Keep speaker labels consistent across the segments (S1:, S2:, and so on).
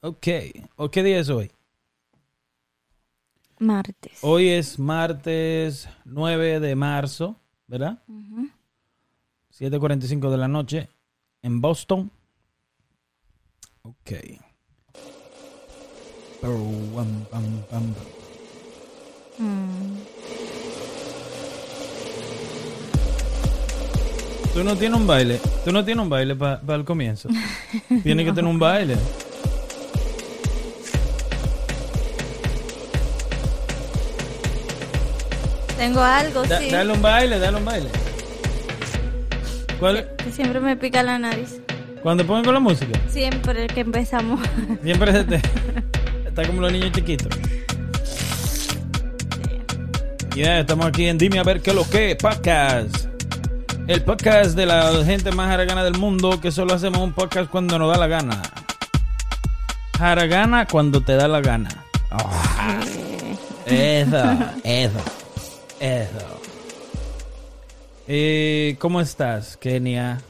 S1: Ok. ¿O qué día es hoy?
S2: Martes.
S1: Hoy es martes 9 de marzo, ¿verdad?
S2: Ujú.
S1: 7.45 de la noche en Boston. Ok. Pam, pam, pam, pam.
S2: Mm.
S1: Tú no tienes un baile. Tú no tienes un baile para el comienzo. Tienes que tener un baile.
S2: Tengo algo,
S1: Da-
S2: sí.
S1: Dale un baile, dale un baile. ¿Cuál-
S2: Que siempre me pica la nariz.
S1: Cuando ponen con la música,
S2: Siempre que empezamos.
S1: siempre se te- está como los niños chiquitos. Ya, estamos aquí en Dime a ver qué es lo que podcast. El podcast de la gente más haragana del mundo, que solo hacemos un podcast cuando nos da la gana. Haragana cuando te da la gana. Oh. Eso, eso, eso. Eh, ¿Cómo estás, Kenia?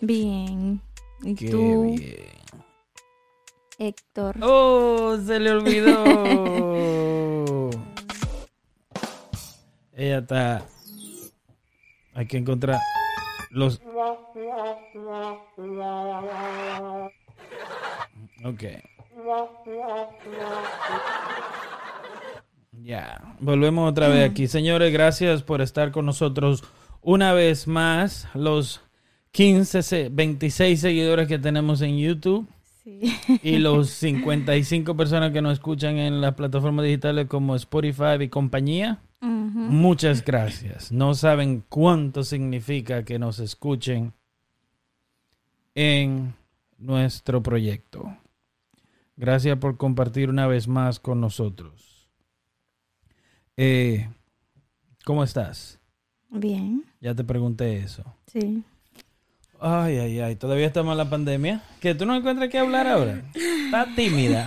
S2: Bien. ¿Y
S1: Qué
S2: tú,
S1: bien.
S2: Héctor?
S1: Oh, se le olvidó. Ella está. Hay que encontrar los. Ok. Ya, volvemos otra vez aquí. Señores, gracias por estar con nosotros una vez más. Los 15, se- 26 seguidores que tenemos en YouTube
S2: Sí.
S1: y los 55 personas que nos escuchan en las plataformas digitales como Spotify y compañía,
S2: Ujú.
S1: muchas gracias. No saben cuánto significa que nos escuchen en nuestro proyecto. Gracias por compartir una vez más con nosotros. Eh, ¿Cómo estás?
S2: Bien.
S1: Ya te pregunté eso.
S2: Sí.
S1: Ay, ay, ay, todavía estamos en la pandemia. ¿Que tú no encuentras qué hablar ahora? Está tímida.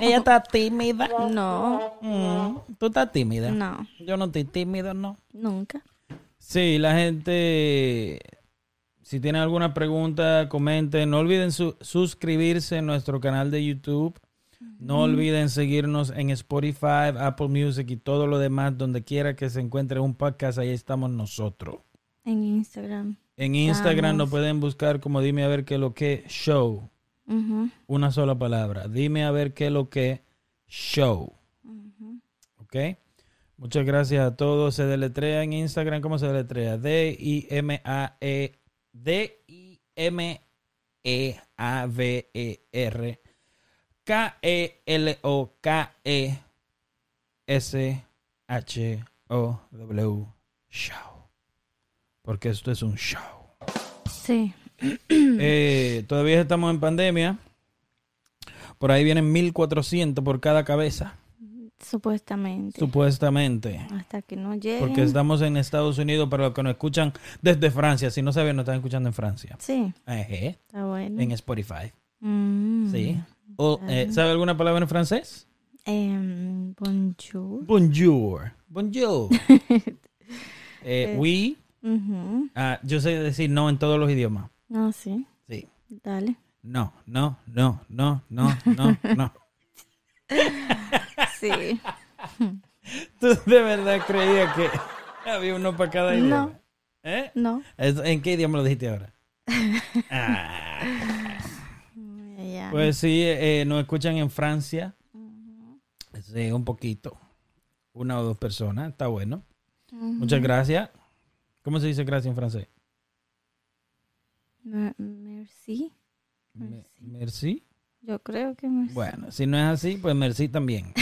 S1: Ella está tímida.
S2: No,
S1: Mm, tú estás tímida.
S2: no,
S1: Yo no estoy tímido, no.
S2: nunca.
S1: Sí, la gente, si tienen alguna pregunta, comenten. No olviden su- suscribirse en nuestro canal de YouTube. No olviden seguirnos en Spotify, Apple Music y todo lo demás. Donde quiera que se encuentre un podcast, ahí estamos nosotros.
S2: En Instagram.
S1: En Instagram
S2: Vamos.
S1: nos pueden buscar como dime a ver qué lo que show.
S2: Ujú,
S1: Una sola palabra. Dime a ver qué lo que show.
S2: ujú.
S1: ¿Ok? Muchas gracias a todos. Se deletrea en Instagram. ¿Cómo se deletrea? D-I-M-A-E. E D-I-M-E-A-V-E-R. E K-E-L-O-K-E-S-H-O-W. Show. Porque esto es un show.
S2: Sí.
S1: Eh, todavía estamos en pandemia. Por ahí vienen 1400 por cada cabeza,
S2: Supuestamente.
S1: supuestamente.
S2: Hasta que no llegue.
S1: Porque estamos en Estados Unidos, para los que nos escuchan desde Francia. Si no saben, nos están escuchando en Francia.
S2: Sí,
S1: Ejé,
S2: está bueno.
S1: en Spotify.
S2: Mm.
S1: Sí. O, eh, ¿Sabe alguna palabra en francés?
S2: Em, bonjour.
S1: Bonjour. Bonjour. Eh, oui.
S2: Ujú.
S1: Ah, yo sé decir no en todos los idiomas.
S2: No, sí.
S1: Sí.
S2: Dale.
S1: No, no, no, no, no, no, no.
S2: Sí.
S1: ¿Tú de verdad creías que había uno para cada idioma?
S2: No.
S1: ¿Eh?
S2: No.
S1: ¿Es- ¿En qué idioma lo dijiste ahora? Ah.
S2: Ya.
S1: Pues sí, eh, nos escuchan en Francia. Sí, un poquito. Una o dos personas, está bueno.
S2: Ujú.
S1: Muchas gracias. ¿Cómo se dice gracias en francés?
S2: Me- Merci.
S1: Me- Merci.
S2: Yo creo que merci.
S1: Bueno, si no es así, pues merci también.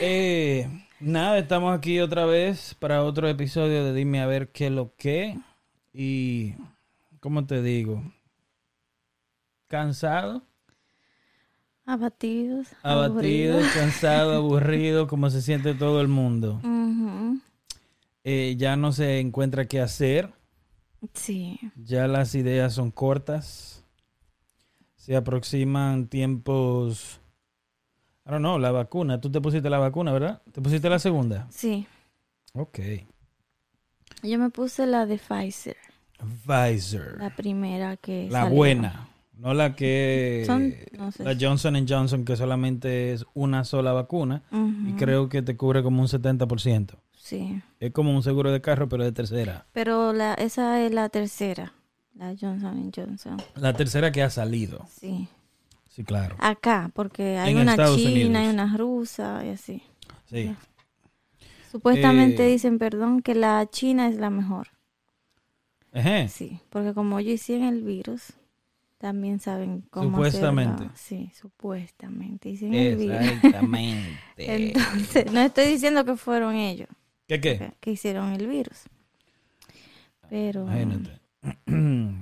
S1: Eh, nada, estamos aquí otra vez para otro episodio de Dime a ver qué lo que. Y, ¿cómo te digo? Cansado.
S2: Abatidos.
S1: Abatido,
S2: aburridos.
S1: cansado, aburrido, como se siente todo el mundo.
S2: Ujú.
S1: Eh, ya no se encuentra qué hacer,
S2: Sí.
S1: ya las ideas son cortas, se aproximan tiempos... I don't know, la vacuna. Tú te pusiste la vacuna, ¿verdad? ¿Te pusiste la segunda?
S2: Sí.
S1: Ok.
S2: Yo me puse la de Pfizer.
S1: Pfizer.
S2: La primera que
S1: La
S2: salió.
S1: buena. No la que...
S2: Son, no sé.
S1: La Johnson Johnson, que solamente es una sola vacuna. Y
S2: Ujú,
S1: creo que te cubre como un 70%.
S2: Sí.
S1: Es como un seguro de carro, pero de tercera.
S2: Pero la, esa es la tercera. La Johnson Johnson.
S1: La tercera que ha salido.
S2: Sí.
S1: Sí, claro.
S2: Acá, porque hay
S1: En
S2: una
S1: Estados
S2: china, hay
S1: Unidos.
S2: una rusa y así.
S1: Sí.
S2: Supuestamente
S1: Eh,
S2: dicen, perdón, que la china es la mejor.
S1: Ejé.
S2: Sí, porque como yo hicieron el virus, también saben cómo
S1: Supuestamente.
S2: hacerlo. Sí, supuestamente hicieron el virus.
S1: Exactamente.
S2: Entonces, no estoy diciendo que fueron ellos
S1: ¿Qué qué?
S2: que hicieron el virus. Pero
S1: Imagínate.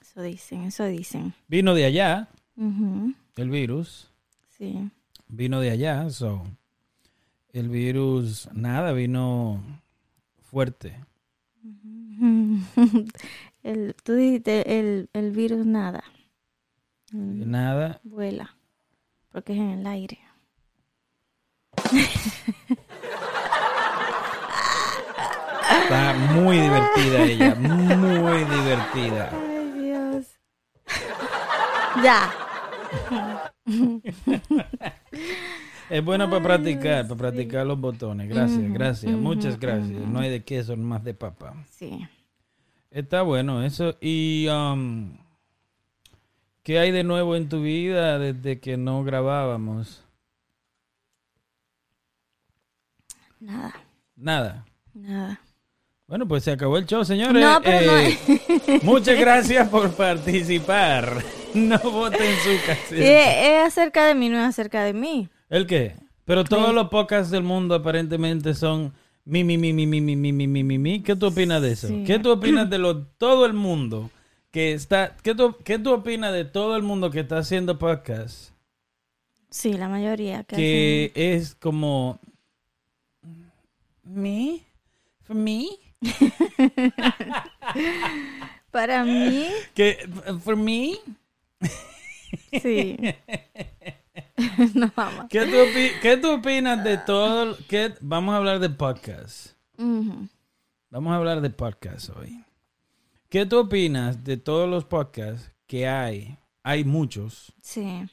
S2: eso dicen, eso dicen.
S1: Vino de allá
S2: Ujú,
S1: el virus.
S2: Sí.
S1: Vino de allá, so. El virus, nada, vino fuerte.
S2: El, tú dijiste el, el virus nada. Mm,
S1: Nada.
S2: Vuela. Porque es en el aire.
S1: Está muy divertida ella. Muy divertida.
S2: Ay, Dios. ya.
S1: Es buena para practicar, para practicar los botones. Gracias, gracias. Muchas gracias. No hay de queso, más de papa.
S2: Sí.
S1: Está bueno eso. ¿Y um, qué hay de nuevo en tu vida desde que no grabábamos?
S2: Nada.
S1: Nada.
S2: Nada.
S1: Bueno, pues se acabó el show, señores. Eh,
S2: No, pero no
S1: Muchas gracias por participar. No voten su
S2: Sí,
S1: casilla.
S2: Eh, Es acerca de mí, no es acerca de mí.
S1: ¿El qué? Pero todos los podcasts del mundo aparentemente son mi, mi, mi, mi, mi, mi, mi, mi, mi, mi, mi. ¿Qué tú opinas de eso?
S2: Sí.
S1: ¿Qué tú opinas de lo, todo el mundo que está... ¿qué tú, ¿Qué tú opinas de todo el mundo que está haciendo podcasts?
S2: Sí, la mayoría. Que
S1: que es como me for me
S2: hacen- Para mí,
S1: que for me
S2: sí. no, mamá.
S1: ¿Qué tú, opi- qué tú opinas de todo que vamos a hablar de podcast
S2: Ujú.
S1: vamos a hablar de podcast hoy qué tú opinas de todos los podcasts que hay hay muchos
S2: Sí.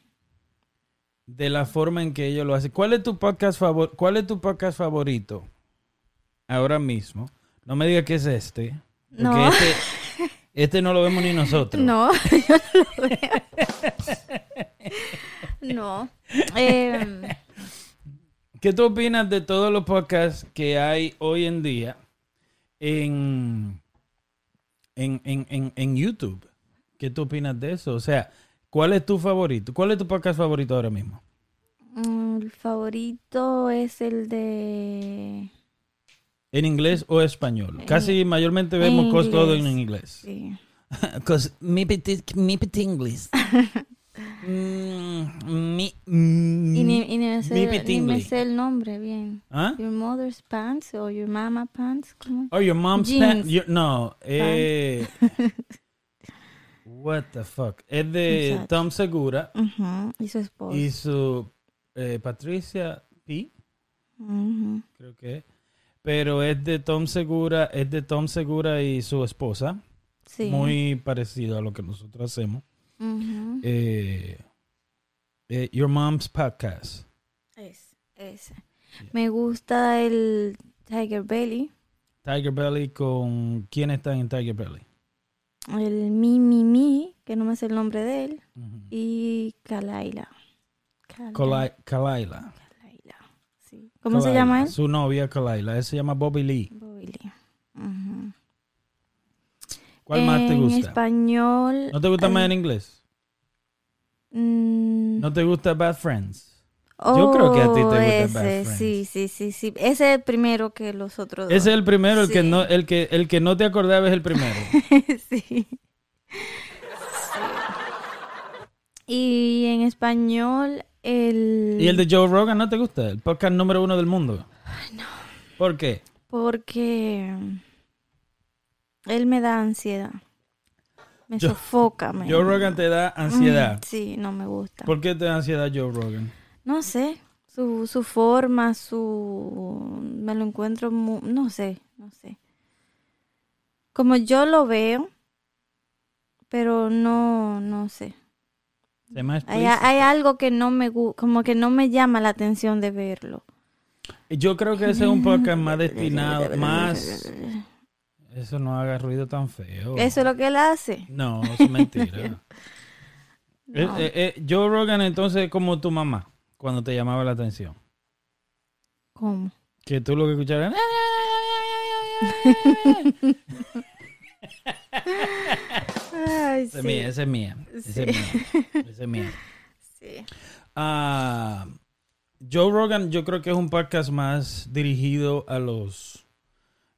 S1: de la forma en que ellos lo hacen cuál es tu podcast favor cuál es tu podcast favorito ahora mismo no me digas que es este porque
S2: No.
S1: este, este no lo vemos ni nosotros
S2: No, yo no lo veo. no. Em,
S1: ¿Qué tú opinas de todos los podcasts que hay hoy en día en, en, en- en- en YouTube? ¿Qué tú opinas de eso? O sea, ¿cuál es tu favorito? ¿Cuál es tu podcast favorito ahora mismo?
S2: mm, el favorito es el de...
S1: ¿En inglés o español? Casi mayormente
S2: en
S1: vemos cosas todo en
S2: inglés.
S1: inglés.
S2: Sí.
S1: Cause mi petit, mi petit inglés. Mm, mi- mm,
S2: Y ni, y ni me, sé,
S1: mi
S2: ni
S1: petit
S2: me
S1: inglés.
S2: sé el nombre bien.
S1: ¿Ah?
S2: Your mother's pants o your mama pants. ¿cómo?
S1: Oh, your mom's
S2: Jeans.
S1: pants. Your- no, eh, what the fuck. Es de
S2: Exacto.
S1: Tom Segura
S2: Ujú, Y su esposa.
S1: y su eh, Patricia P.
S2: Ujú.
S1: Creo que. es. Pero es de Tom Segura, es de Tom Segura y su esposa.
S2: Sí.
S1: Muy parecido a lo que nosotros hacemos.
S2: Ujú.
S1: Eh, eh, your mom's podcast.
S2: Es, ese. Me gusta el Tiger Belly,
S1: Tiger Belly con quién está en Tiger Belly.
S2: el Mi Mi Mi, que no me sé el nombre de él,
S1: Ujú.
S2: y Kalaila. Kal-
S1: Kali- Kalaila.
S2: Kalaila, sí. ¿Cómo se
S1: Kalaila.
S2: llama él?
S1: Su novia Kalaila. Él se llama Bobby Lee.
S2: Bobby Lee. Ujú.
S1: ¿Cuál más te
S2: En
S1: gusta?
S2: español.
S1: ¿No te gusta
S2: ay,
S1: más en inglés?
S2: mm,
S1: ¿No te gusta Bad Friends? yo creo que a ti te
S2: oh,
S1: gusta
S2: ese,
S1: Bad Friends.
S2: Sí, sí, sí, sí. Ese es el primero que los otros dos.
S1: Ese es el primero, el que
S2: Sí.
S1: no, el que, el que no te acordaba es el primero.
S2: sí. Sí. Y en español, el.
S1: ¿Y el de Joe Rogan no te gusta? El podcast número uno del mundo. ¿Por qué?
S2: Porque. Él me da ansiedad. Me
S1: Yo-
S2: sofoca. Me...
S1: Joe Rogan te da
S2: Mm,
S1: ansiedad.
S2: Sí, no me gusta.
S1: ¿Por qué te da ansiedad Joe Rogan?
S2: No sé. Su, su forma, su. Me lo encuentro. mu- No sé, no sé. Como yo lo veo, pero no, no sé.
S1: Sé más
S2: Hay,
S1: explícito.
S2: hay algo que no me gu- como que no me llama la atención de verlo.
S1: Yo creo que ese es
S2: Mm.
S1: un podcast más destinado, más... Eso no haga ruido tan feo.
S2: Eso es lo que él hace.
S1: No, es mentira. Eh,
S2: No.
S1: eh, eh, Joe Rogan entonces es como tu mamá, cuando te llamaba la atención.
S2: ¿Cómo?
S1: Que tú lo que escuchabas... "Ah,
S2: Ay,
S1: Esa es mía,
S2: sí.
S1: esa es mía. Esa es mía. Esa es mía.
S2: sí.
S1: Ah, Joe Rogan, yo creo que es un podcast más dirigido a los.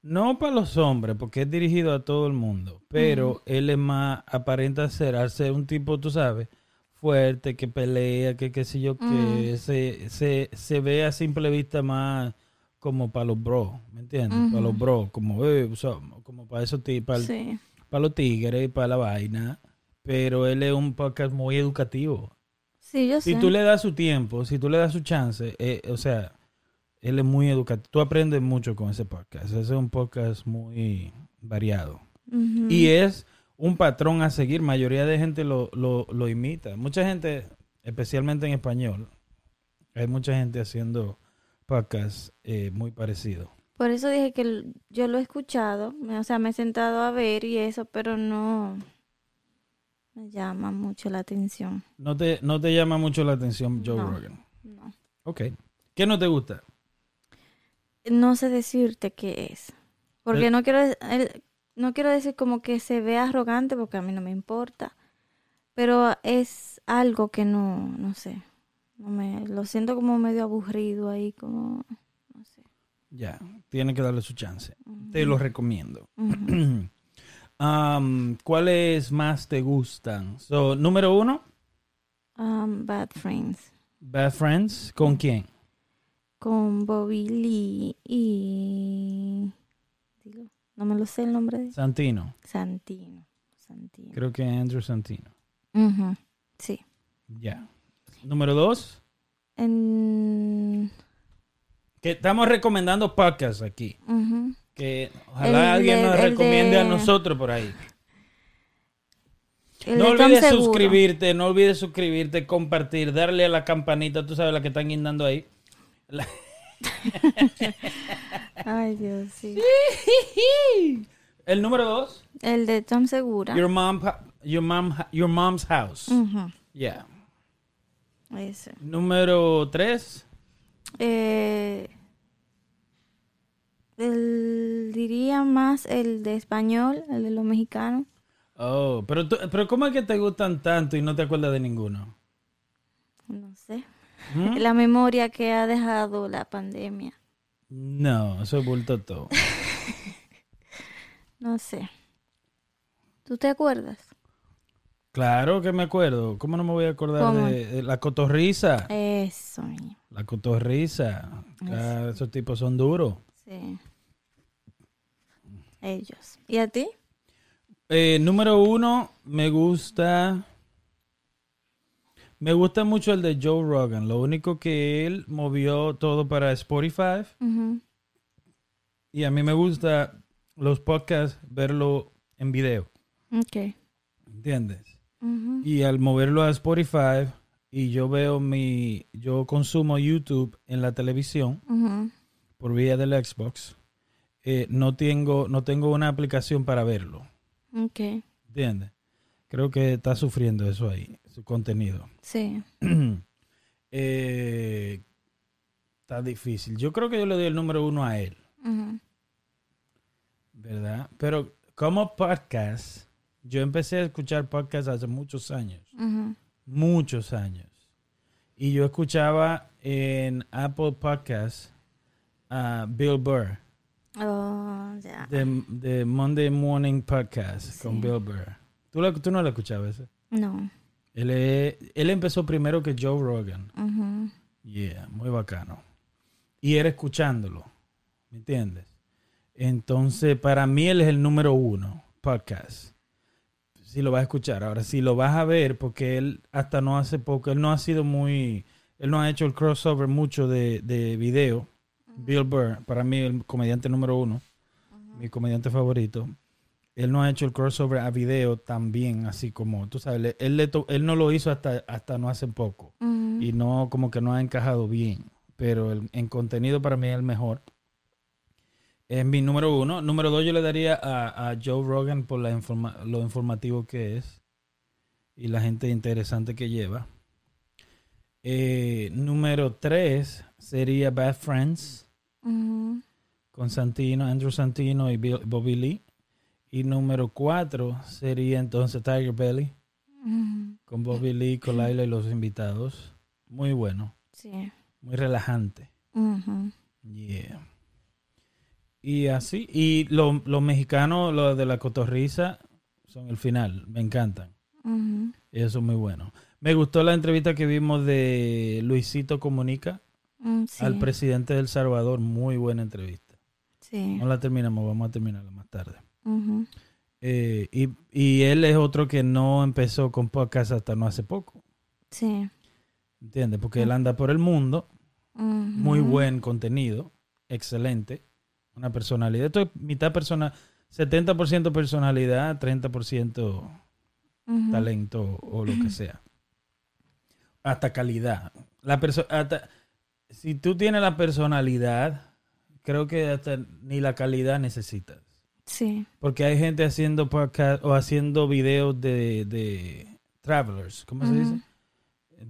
S1: No para los hombres, porque es dirigido a todo el mundo. Pero él es más. Aparenta ser, al ser un tipo, tú sabes, fuerte, que pelea, que qué sé yo, que
S2: Mm.
S1: se, se, se ve a simple vista más como para los bros, ¿me entiendes? Para los
S2: Ujú.
S1: bros, como, eh, o sea, como para esos tipos, para
S2: Sí.
S1: los tigres, para la vaina. Pero él es un podcast muy educativo.
S2: Sí, yo
S1: Si
S2: sé.
S1: tú le das su tiempo, si tú le das su chance, eh, o sea, él es muy educativo. Tú aprendes mucho con ese podcast. Ese es un podcast muy variado.
S2: Ujú.
S1: Y es un patrón a seguir. Mayoría de gente lo, lo- lo imita. Mucha gente, especialmente en español, hay mucha gente haciendo podcasts eh, muy parecidos.
S2: Por eso dije que l- yo lo he escuchado, me- o sea, me he sentado a ver y eso, pero no me llama mucho la atención.
S1: No te, no te llama mucho la atención Joe
S2: No.
S1: Rogan.
S2: No,
S1: Ok. ¿Qué no te gusta?
S2: no sé decirte qué es, porque
S1: El-
S2: no quiero, de- el- no quiero decir como que se ve arrogante, porque a mí no me importa, pero es algo que no, no sé, no me, lo siento como medio aburrido ahí, como, no sé.
S1: Ya, tiene que darle su chance.
S2: Ujú,
S1: Te lo recomiendo.
S2: ujú.
S1: Am, ¿Cuáles más te gustan? So, número uno,
S2: Um, bad Friends.
S1: Bad Friends. ¿Con quién?
S2: con Bobby Lee y digo, no me lo sé el nombre de
S1: Santino.
S2: Santino. Santino.
S1: Creo que Andrew Santino.
S2: Ujú, Sí.
S1: Ya. Número dos,
S2: En-
S1: que estamos recomendando podcasts aquí.
S2: ujú.
S1: Que ojalá
S2: El
S1: alguien
S2: de-
S1: nos
S2: el
S1: recomiende a
S2: de-
S1: nosotros por ahí.
S2: El
S1: no
S2: de Tom
S1: olvides
S2: Seguro.
S1: suscribirte, no olvides suscribirte, compartir, darle a la campanita, tú sabes la que están guindando ahí.
S2: Ay, Dios, sí.
S1: El número dos,
S2: El de Tom Segura.
S1: your mom, your mom, your mom's house.
S2: Ujú,
S1: Yeah.
S2: ese.
S1: Número tres.
S2: Eh, el- diría más el de español, el de los mexicanos.
S1: Oh, pero, tú- pero ¿cómo es que te gustan tanto y no te acuerdas de ninguno?
S2: No sé.
S1: ¿Mm?
S2: La memoria que ha dejado la pandemia.
S1: No, eso es bulto todo.
S2: No sé. ¿Tú te acuerdas?
S1: Claro que me acuerdo. ¿Cómo no me voy a acordar
S2: ¿Cómo? Eh.
S1: de, de la cotorriza?
S2: Eso, mi-
S1: La cotorriza. Claro, esos tipos son duros.
S2: sí. Ellos. ¿Y a ti?
S1: Eh, número uno, me gusta. Me gusta mucho el de Joe Rogan. Lo único que él movió todo para Spotify.
S2: Ujú.
S1: Y a mí me gusta los podcasts verlo en video.
S2: Ok.
S1: ¿Entiendes?
S2: Ujú.
S1: Y al moverlo a Spotify y yo veo mi, yo consumo YouTube en la televisión
S2: Ujú.
S1: por vía del Xbox, eh, no tengo, no tengo una aplicación para verlo,
S2: Ok.
S1: ¿entiendes? Creo que está sufriendo eso ahí, su contenido.
S2: Sí.
S1: Eh, está difícil. Yo creo que yo le doy el número uno a él,
S2: Ujú.
S1: ¿verdad? Pero como podcast, yo empecé a escuchar podcasts hace muchos años.
S2: Ujú.
S1: muchos años. Y yo escuchaba en Apple Podcasts a Bill Burr,
S2: Oh, ya.
S1: de, de Monday Morning Podcast con
S2: Sí.
S1: Bill Burr. ¿Tú, lo- tú no lo escuchabas? eh?
S2: No.
S1: Él, es- él empezó primero que Joe Rogan.
S2: Ujú.
S1: Yeah, muy bacano. Y era escuchándolo, ¿me entiendes? Entonces, para mí él es el número uno podcast. Si lo vas a escuchar. Ahora, si lo vas a ver, porque él hasta no hace poco, él no ha sido muy, él no ha hecho el crossover mucho de, de video. Bill Burr, para mí el comediante número uno, mi comediante favorito. él no ha hecho el crossover a video también, así como, tú sabes, le- él, le to- él no lo hizo hasta, hasta no hace poco.
S2: Ujú.
S1: Y no, como que no ha encajado bien. Pero el- en contenido para mí es el mejor. Es mi número uno. Número dos yo le daría a, a Joe Rogan por la informa- lo informativo que es. Y la gente interesante que lleva. Eh, número tres sería Bad Friends
S2: Ujú.
S1: con Santino, Andrew Santino y Bill- Bobby Lee. Y número cuatro sería entonces Tiger Belly
S2: Ujú.
S1: con Bobby Lee, Colaila y los invitados. Muy bueno,
S2: Sí.
S1: muy relajante.
S2: Ujú.
S1: Yeah. Y así, y lo- los mexicanos, los de la cotorriza, son el final, me encantan.
S2: Ujú.
S1: Eso es muy bueno. Me gustó la entrevista que vimos de Luisito Comunica
S2: Mm, sí,
S1: al presidente del Salvador, muy buena entrevista.
S2: sí.
S1: No la terminamos, vamos a terminarla más tarde.
S2: Ujú.
S1: Eh, y, y él es otro que no empezó con podcast hasta no hace poco.
S2: Sí.
S1: ¿Entiendes? Porque él anda por el mundo. Muy
S2: Ujú.
S1: buen contenido. Excelente. Una personalidad. Esto es mitad persona. 70% personalidad, 30%
S2: Ujú.
S1: talento o lo que sea. Hasta calidad. La perso- hasta- si tú tienes la personalidad, creo que hasta ni la calidad necesitas.
S2: Sí.
S1: Porque hay gente haciendo podcast o haciendo videos de, de travelers, ¿cómo se
S2: Ujú.
S1: dice?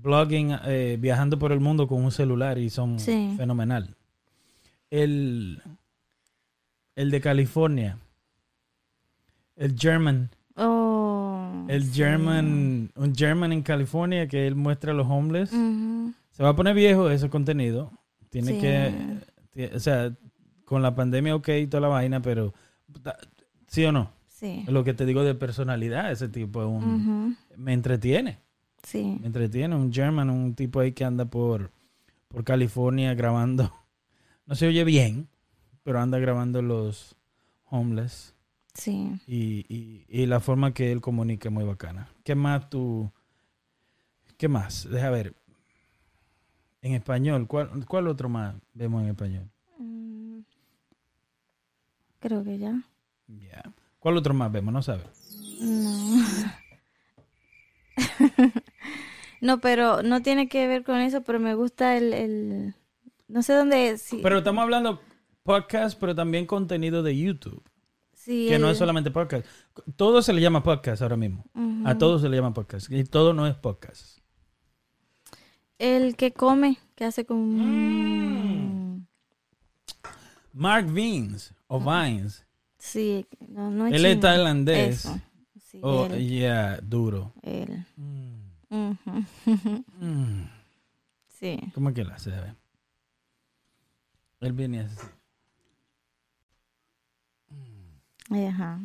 S1: Blogging, eh, viajando por el mundo con un celular y son
S2: Sí.
S1: fenomenal. El, el de California, el German,
S2: Oh,
S1: el
S2: sí.
S1: German, un German en California que él muestra a los homeless.
S2: Ujú.
S1: Se va a poner viejo ese contenido. Tiene
S2: Mm. Sí.
S1: que. ti- O sea, con la pandemia, ok, y toda la vaina, pero. ta- ¿Sí o no?
S2: Sí.
S1: Lo que te digo de personalidad, ese tipo es un-
S2: Ujú.
S1: me entretiene.
S2: Sí.
S1: Me entretiene. Un German, un tipo ahí que anda por, por California grabando. No se oye bien, pero anda grabando los homeless.
S2: Sí.
S1: Y, y- y la forma que él comunica es muy bacana. ¿Qué más tú? ¿Qué más? Deja ver. En español, ¿cuál, cuál otro más vemos en español?
S2: Mm. Creo que ya.
S1: Ya. ¿Cuál otro más vemos? No sabes.
S2: No. no, pero no tiene que ver con eso, pero me gusta el... el- No sé dónde es. si-
S1: Pero estamos hablando podcast, pero también contenido de YouTube.
S2: si
S1: Que no
S2: el-
S1: es solamente podcast. Todo se le llama podcast ahora mismo.
S2: Ujú.
S1: A todos se le llama podcast. Y todo no es podcast.
S2: El que come, que hace como...
S1: Mm.
S2: un-
S1: Mark Vines o Vines.
S2: Sí, no, no es
S1: Él es
S2: chino.
S1: tailandés.
S2: Eso. Sí,
S1: Oh,
S2: él,
S1: yeah, duro.
S2: él.
S1: Mm,
S2: Ujú.
S1: mm.
S2: Sí.
S1: ¿Cómo que la hace? A ver. Él viene así.
S2: Ajá.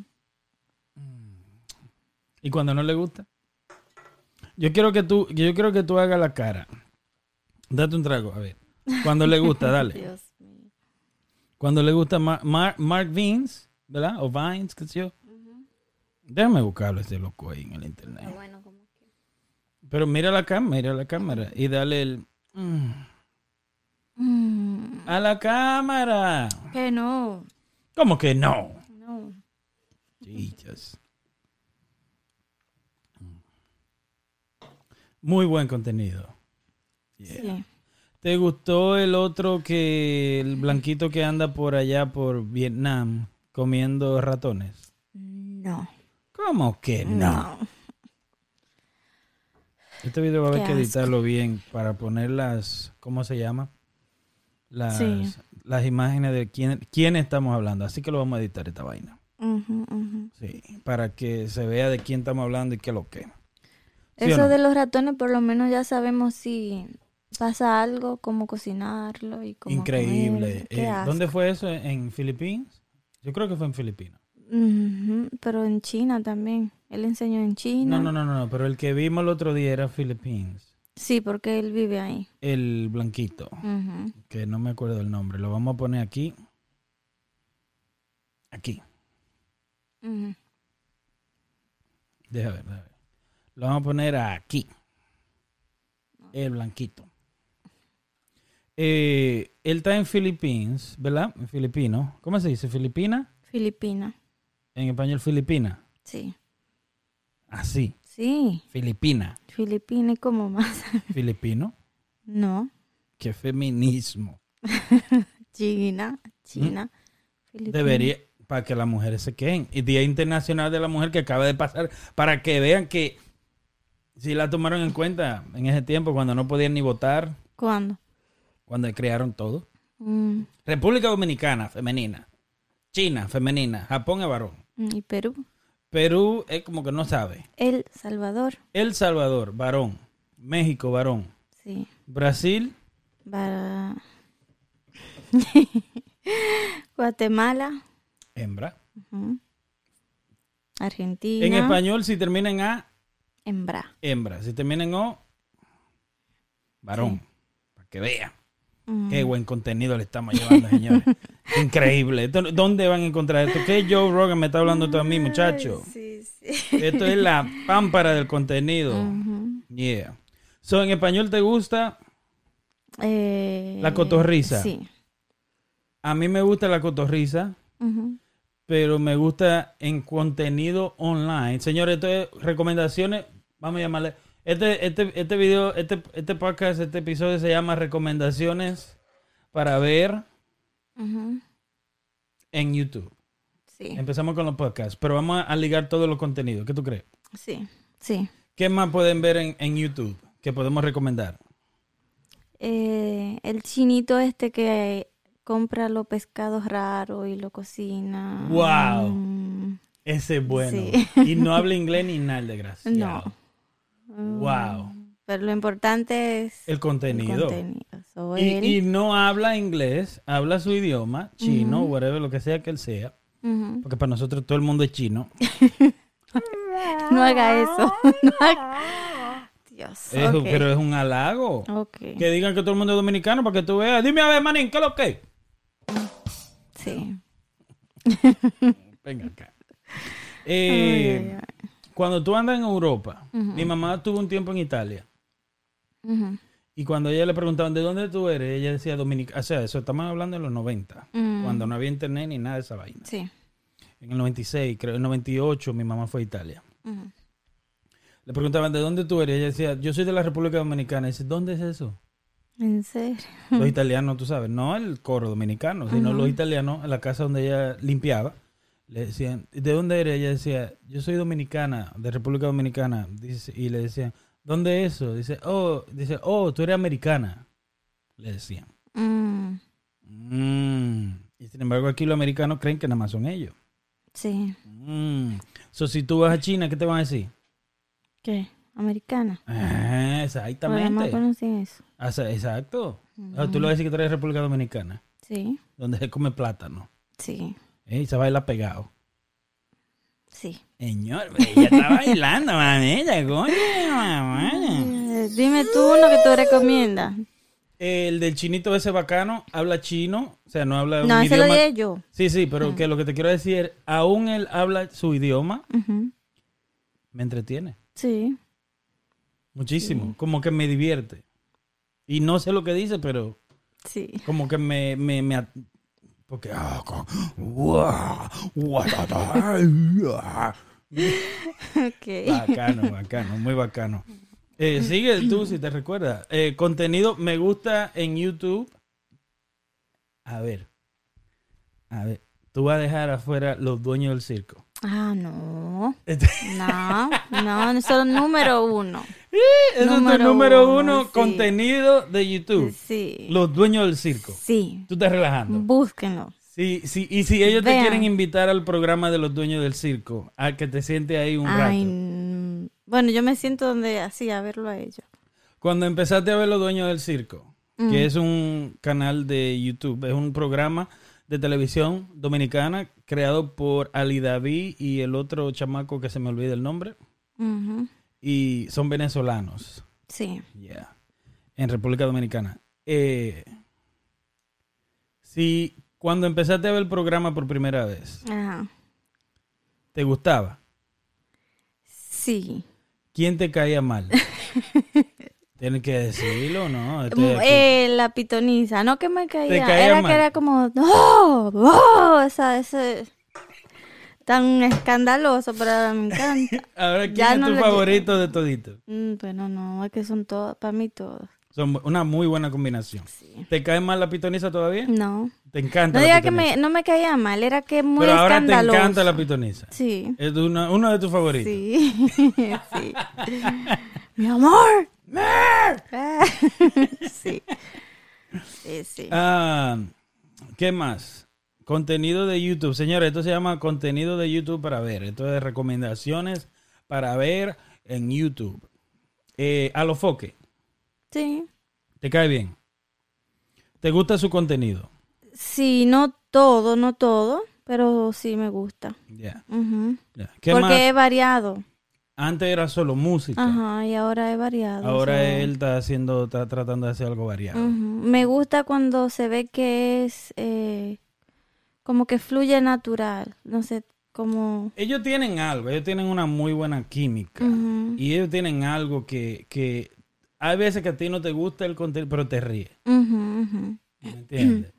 S1: ¿Y cuando no le gusta? Yo quiero que tú, yo quiero que tú hagas la cara. Date un trago, a ver. Cuando le gusta, dale.
S2: Dios mío.
S1: Cuando le gusta Mar- Mar- Mark Vines, ¿verdad? O Vines, qué sé yo. Déjame buscarlo este loco ahí en el internet.
S2: Bueno, como que...
S1: Pero mira la cámara, mira la cámara. Y dale el... mm,
S2: Mm,
S1: ¡A la cámara!
S2: que no.
S1: ¿Cómo que no?
S2: No.
S1: Jesus. Muy buen contenido. Yeah.
S2: Sí.
S1: ¿Te gustó el otro que... El blanquito que anda por allá, por Vietnam, comiendo ratones?
S2: No.
S1: ¿Cómo que no? Este video va a haber
S2: Qué
S1: que
S2: asco.
S1: editarlo bien para poner las, ¿cómo se llama? Las,
S2: Sí.
S1: las imágenes de quién, quién estamos hablando. Así que lo vamos a editar esta vaina.
S2: Ujú, ujú.
S1: Sí, para que se vea de quién estamos hablando y qué lo que. ¿Sí o
S2: Eso
S1: no?
S2: de los ratones, por lo menos ya sabemos si pasa algo, cómo cocinarlo y cómo.
S1: Increíble.
S2: comerlo. Qué
S1: Eh,
S2: asco.
S1: ¿Dónde fue eso? ¿En Filipinas? Yo creo que fue en Filipinas.
S2: Ujú, Pero en China también. Él enseñó en China.
S1: No, no, no, no, no, pero el que vimos el otro día era Filipinas.
S2: Sí, porque él vive ahí.
S1: El blanquito,
S2: Ujú.
S1: que no me acuerdo el nombre. Lo vamos a poner aquí. Aquí.
S2: Ujú.
S1: Deja ver, deja ver. Lo vamos a poner aquí. El blanquito. Eh, él está en Filipinas, ¿verdad? En filipino. ¿Cómo se dice? ¿Filipina?
S2: Filipina.
S1: en español Filipina.
S2: Sí.
S1: Así,
S2: Sí.
S1: Filipina,
S2: Filipina y como más.
S1: filipino,
S2: No.
S1: qué feminismo.
S2: China. China. Filipina.
S1: Debería, para que las mujeres se queden. Y Día Internacional de la Mujer que acaba de pasar, para que vean que si la tomaron en cuenta en ese tiempo, cuando no podían ni votar,
S2: ¿Cuándo?
S1: cuando crearon todo.
S2: Mm,
S1: República Dominicana, femenina. China, femenina. Japón es varón.
S2: mm, Y Perú.
S1: Perú es como que no sabe.
S2: El Salvador.
S1: El Salvador, varón. México, varón.
S2: Sí.
S1: Brasil,
S2: Bara- Guatemala.
S1: hembra.
S2: Ujú. Argentina.
S1: En español, si termina en A,
S2: Hembra.
S1: hembra. Si termina en O, varón. Para que vean.
S2: Mm.
S1: Qué buen contenido le estamos llevando, señores. Increíble. Esto- ¿Dónde van a encontrar esto? ¿Qué Joe Rogan me está hablando todo a mí, muchacho?
S2: Sí, sí.
S1: Esto es la pámpara del contenido.
S2: Ujú.
S1: Yeah. So, en español te gusta,
S2: Eh,
S1: La cotorriza.
S2: Sí.
S1: a mí me gusta la cotorriza,
S2: Ujú.
S1: pero me gusta en contenido online. Señores, esto es recomendaciones, vamos a llamarle. Este, este, este video, este, este podcast, este episodio se llama Recomendaciones para ver
S2: Ujú.
S1: en YouTube.
S2: Sí.
S1: Empezamos con los podcasts, pero vamos a- a ligar todos los contenidos. ¿Qué tú crees?
S2: Sí. Sí.
S1: ¿Qué más pueden ver en, en YouTube que podemos recomendar?
S2: Eh, el chinito este que compra los pescados raros y lo cocina.
S1: Wow.
S2: Mm,
S1: Ese es bueno.
S2: Sí.
S1: Y no habla inglés ni nada de gracia.
S2: No.
S1: Wow.
S2: Pero lo importante es
S1: El contenido.
S2: el contenido. So,
S1: Y,
S2: él-
S1: y no habla inglés, habla su idioma, chino, whatever, lo que sea que él sea.
S2: Ujú.
S1: Porque para nosotros todo el mundo es chino.
S2: No haga eso. No haga- Dios.
S1: Es un-
S2: ok.
S1: Pero es un halago.
S2: Ok.
S1: Que digan que todo el mundo es dominicano para que tú veas. Dime a ver, manín, ¿qué es lo que? es?"
S2: Sí.
S1: Venga acá. Eh, Cuando tú andas en Europa, mi mamá tuvo un tiempo en Italia.
S2: Ujú.
S1: Y cuando ella le preguntaban de dónde tú eres, ella decía dominicana. O sea, eso estamos hablando en los 90,
S2: Mm.
S1: cuando no había internet ni nada de esa vaina.
S2: Sí.
S1: En el 96, creo, en el 98, mi mamá fue a Italia.
S2: Ujú.
S1: Le preguntaban de dónde tú eres, ella decía, yo soy de la República Dominicana. Y dice, ¿dónde es eso?
S2: En serio.
S1: Los italianos, tú sabes, no el coro dominicano, sino los italianos, en la casa donde ella limpiaba, le decían, ¿de dónde eres? Ella decía, yo soy dominicana, de República Dominicana. Dice, y le decían, ¿dónde es eso? Dice, oh, dice, oh, tú eres americana. Le decían.
S2: Mm,
S1: Mm. Y sin embargo, aquí los americanos creen que nada más son ellos.
S2: Sí.
S1: Mm. So, si tú vas a China, ¿qué te van a decir?
S2: ¿Qué? Americana.
S1: Ah,
S2: Porque más
S1: exactamente.
S2: conocen eso.
S1: Ah, sí, exacto. O sea, tú le vas a decir que tú eres de República Dominicana,
S2: Sí.
S1: donde se come plátano.
S2: Sí.
S1: ¿eh? Y se baila pegado.
S2: Sí.
S1: Señor, ella está bailando, mamita, coño, mamá.
S2: Eh, Dime tú uno que tú recomiendas.
S1: El del chinito ese bacano habla chino, o sea, no habla un
S2: No, ese lo Ah.
S1: idioma-
S2: diré yo.
S1: Sí, sí, pero que lo que te quiero decir, aún él habla su idioma,
S2: Ujú.
S1: me entretiene.
S2: Sí.
S1: Muchísimo. Como que me divierte. Y no sé lo que dice, pero
S2: Sí.
S1: como que me... me, me at- porque... ah, co- Guau, guau, ta, ta,
S2: Ok.
S1: bacano, bacano, muy bacano. Eh, sigue tú, si te recuerdas. Eh, contenido me gusta en YouTube. A ver. A ver. Tú vas a dejar afuera los dueños del circo.
S2: Ah, no.
S1: Este-
S2: No, no, eso es número uno.
S1: Ese es tu
S2: Número
S1: número
S2: uno,
S1: uno,
S2: sí.
S1: contenido de YouTube.
S2: Sí.
S1: Los dueños del circo.
S2: Sí.
S1: Tú estás relajando.
S2: Búsquenlo.
S1: Sí, sí, y si ellos te
S2: Vean.
S1: quieren invitar al programa de los dueños del circo, a que te siente ahí un
S2: Ay,
S1: rato.
S2: mm, bueno, yo me siento donde así, a verlo a ellos.
S1: Cuando empezaste a ver los dueños del circo, que
S2: Mm.
S1: es un canal de YouTube, es un programa de televisión dominicana creado por Ali David y el otro chamaco que se me olvida el nombre,
S2: Ujú.
S1: y son venezolanos.
S2: Sí.
S1: Yeah. En República Dominicana. Eh, si cuando empezaste a ver el programa por primera vez,
S2: Ajá.
S1: ¿te gustaba?
S2: Sí.
S1: ¿Quién te caía mal? Tienen que decirlo, ¿no? Este, Estoy
S2: Mm,
S1: aquí.
S2: eh, la pitoniza, no que me
S1: Te
S2: caía,
S1: caía
S2: era
S1: mal.
S2: que era como, no, no, esa, ese, tan escandaloso, pero me encanta.
S1: Ahora, ¿quién
S2: Ya
S1: es
S2: no
S1: tu
S2: le-
S1: favorito de todito?
S2: Mm, bueno, no, es que son todos, para mí todos.
S1: Son una muy buena combinación.
S2: Sí.
S1: ¿Te cae mal la pitoniza todavía?
S2: No.
S1: Te encanta
S2: No
S1: la
S2: diga que
S1: pitoniza.
S2: me, no me caía mal, era que muy
S1: Pero ahora te
S2: escandaloso.
S1: encanta la pitoniza.
S2: Sí.
S1: Es una- uno de tus favoritos.
S2: Sí. sí. Mi amor. Ah, sí. Sí, sí.
S1: Ah, ¿Qué más? Contenido de YouTube. Señores, esto se llama contenido de YouTube para ver. Esto es recomendaciones para ver en YouTube. Eh, a lo foque.
S2: Sí.
S1: ¿Te cae bien? ¿Te gusta su contenido?
S2: Sí, no todo, no todo, pero sí me gusta.
S1: Ya.
S2: Ujú.
S1: ya. ¿Qué
S2: Porque
S1: más?
S2: he variado.
S1: Antes era solo música.
S2: Ajá, y ahora he variado.
S1: Ahora
S2: o sea,
S1: él está haciendo, está tratando de hacer algo variado.
S2: ujú. Me gusta cuando se ve que es eh, como que fluye natural. No sé, como...
S1: Ellos tienen algo, ellos tienen una muy buena química.
S2: Ujú.
S1: Y ellos tienen algo que, que hay veces que a ti no te gusta el contenido, pero te ríes.
S2: Ujú, ujú.
S1: ¿Me entiendes?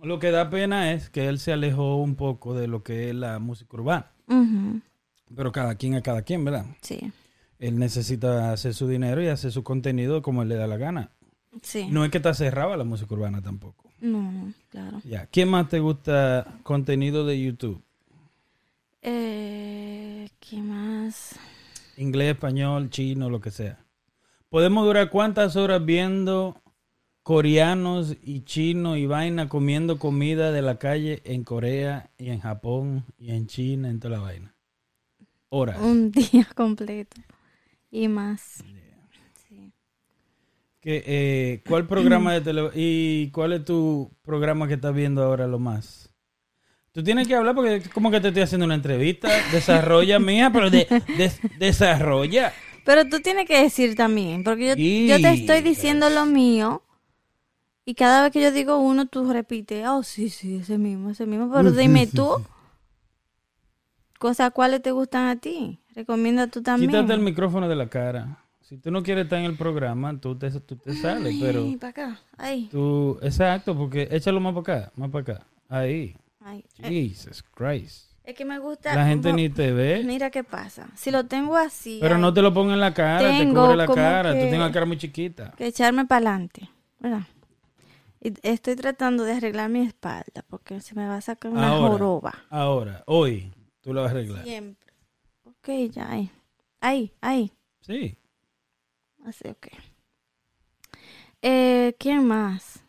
S1: lo que da pena es que él se alejó un poco de lo que es la música urbana.
S2: Ujú.
S1: Pero cada quien a cada quien, ¿verdad?
S2: Sí,
S1: Él necesita hacer su dinero y hacer su contenido como él le da la gana.
S2: sí. No,
S1: No es que está cerrada la música urbana tampoco.
S2: no, claro.
S1: Ya. ¿Quién más te gusta contenido de YouTube?
S2: Eh, ¿Qué más?
S1: Inglés, español, chino, lo que sea. ¿Podemos durar cuántas horas viendo coreanos y chinos y vaina comiendo comida de la calle en Corea y en Japón y en China, en toda la vaina? Horas.
S2: Un día completo y más. Sí.
S1: ¿Qué, eh, ¿Cuál programa de televisión y cuál es tu programa que estás viendo ahora lo más? Tú tienes que hablar porque es como que te estoy haciendo una entrevista. Desarrolla mía, pero de, des- desarrolla.
S2: Pero tú tienes que decir también, porque yo, yo te estoy diciendo lo mío y cada vez que yo digo uno, tú repites, oh, sí, sí, ese mismo, ese mismo, pero dime tú, cosas cuáles te gustan a ti, recomienda tú también.
S1: Quítate el micrófono de la cara. Si tú no quieres estar en el programa, tú te, tú te sales, pero
S2: Ay, para acá, ay,
S1: tú... Exacto, porque échalo más para acá, más para acá. Ahí.
S2: ay.
S1: Jesus Christ.
S2: Es que me gusta...
S1: La gente
S2: bo-
S1: ni te ve,
S2: Mira qué pasa. Si lo tengo así,
S1: pero
S2: hay
S1: no te lo ponga en la cara, te
S2: Tengo
S1: cubre la
S2: como
S1: cara. Tú
S2: que-
S1: tienes la cara muy chiquita.
S2: que echarme para adelante, ¿verdad? Y estoy tratando de arreglar mi espalda porque se me va a sacar una
S1: Ahora.
S2: joroba.
S1: Ahora, hoy, tú lo vas a arreglar.
S2: Siempre. Ok, ya ahí. Ahí, ahí.
S1: Sí.
S2: Así, ok. Eh, ¿Quién más?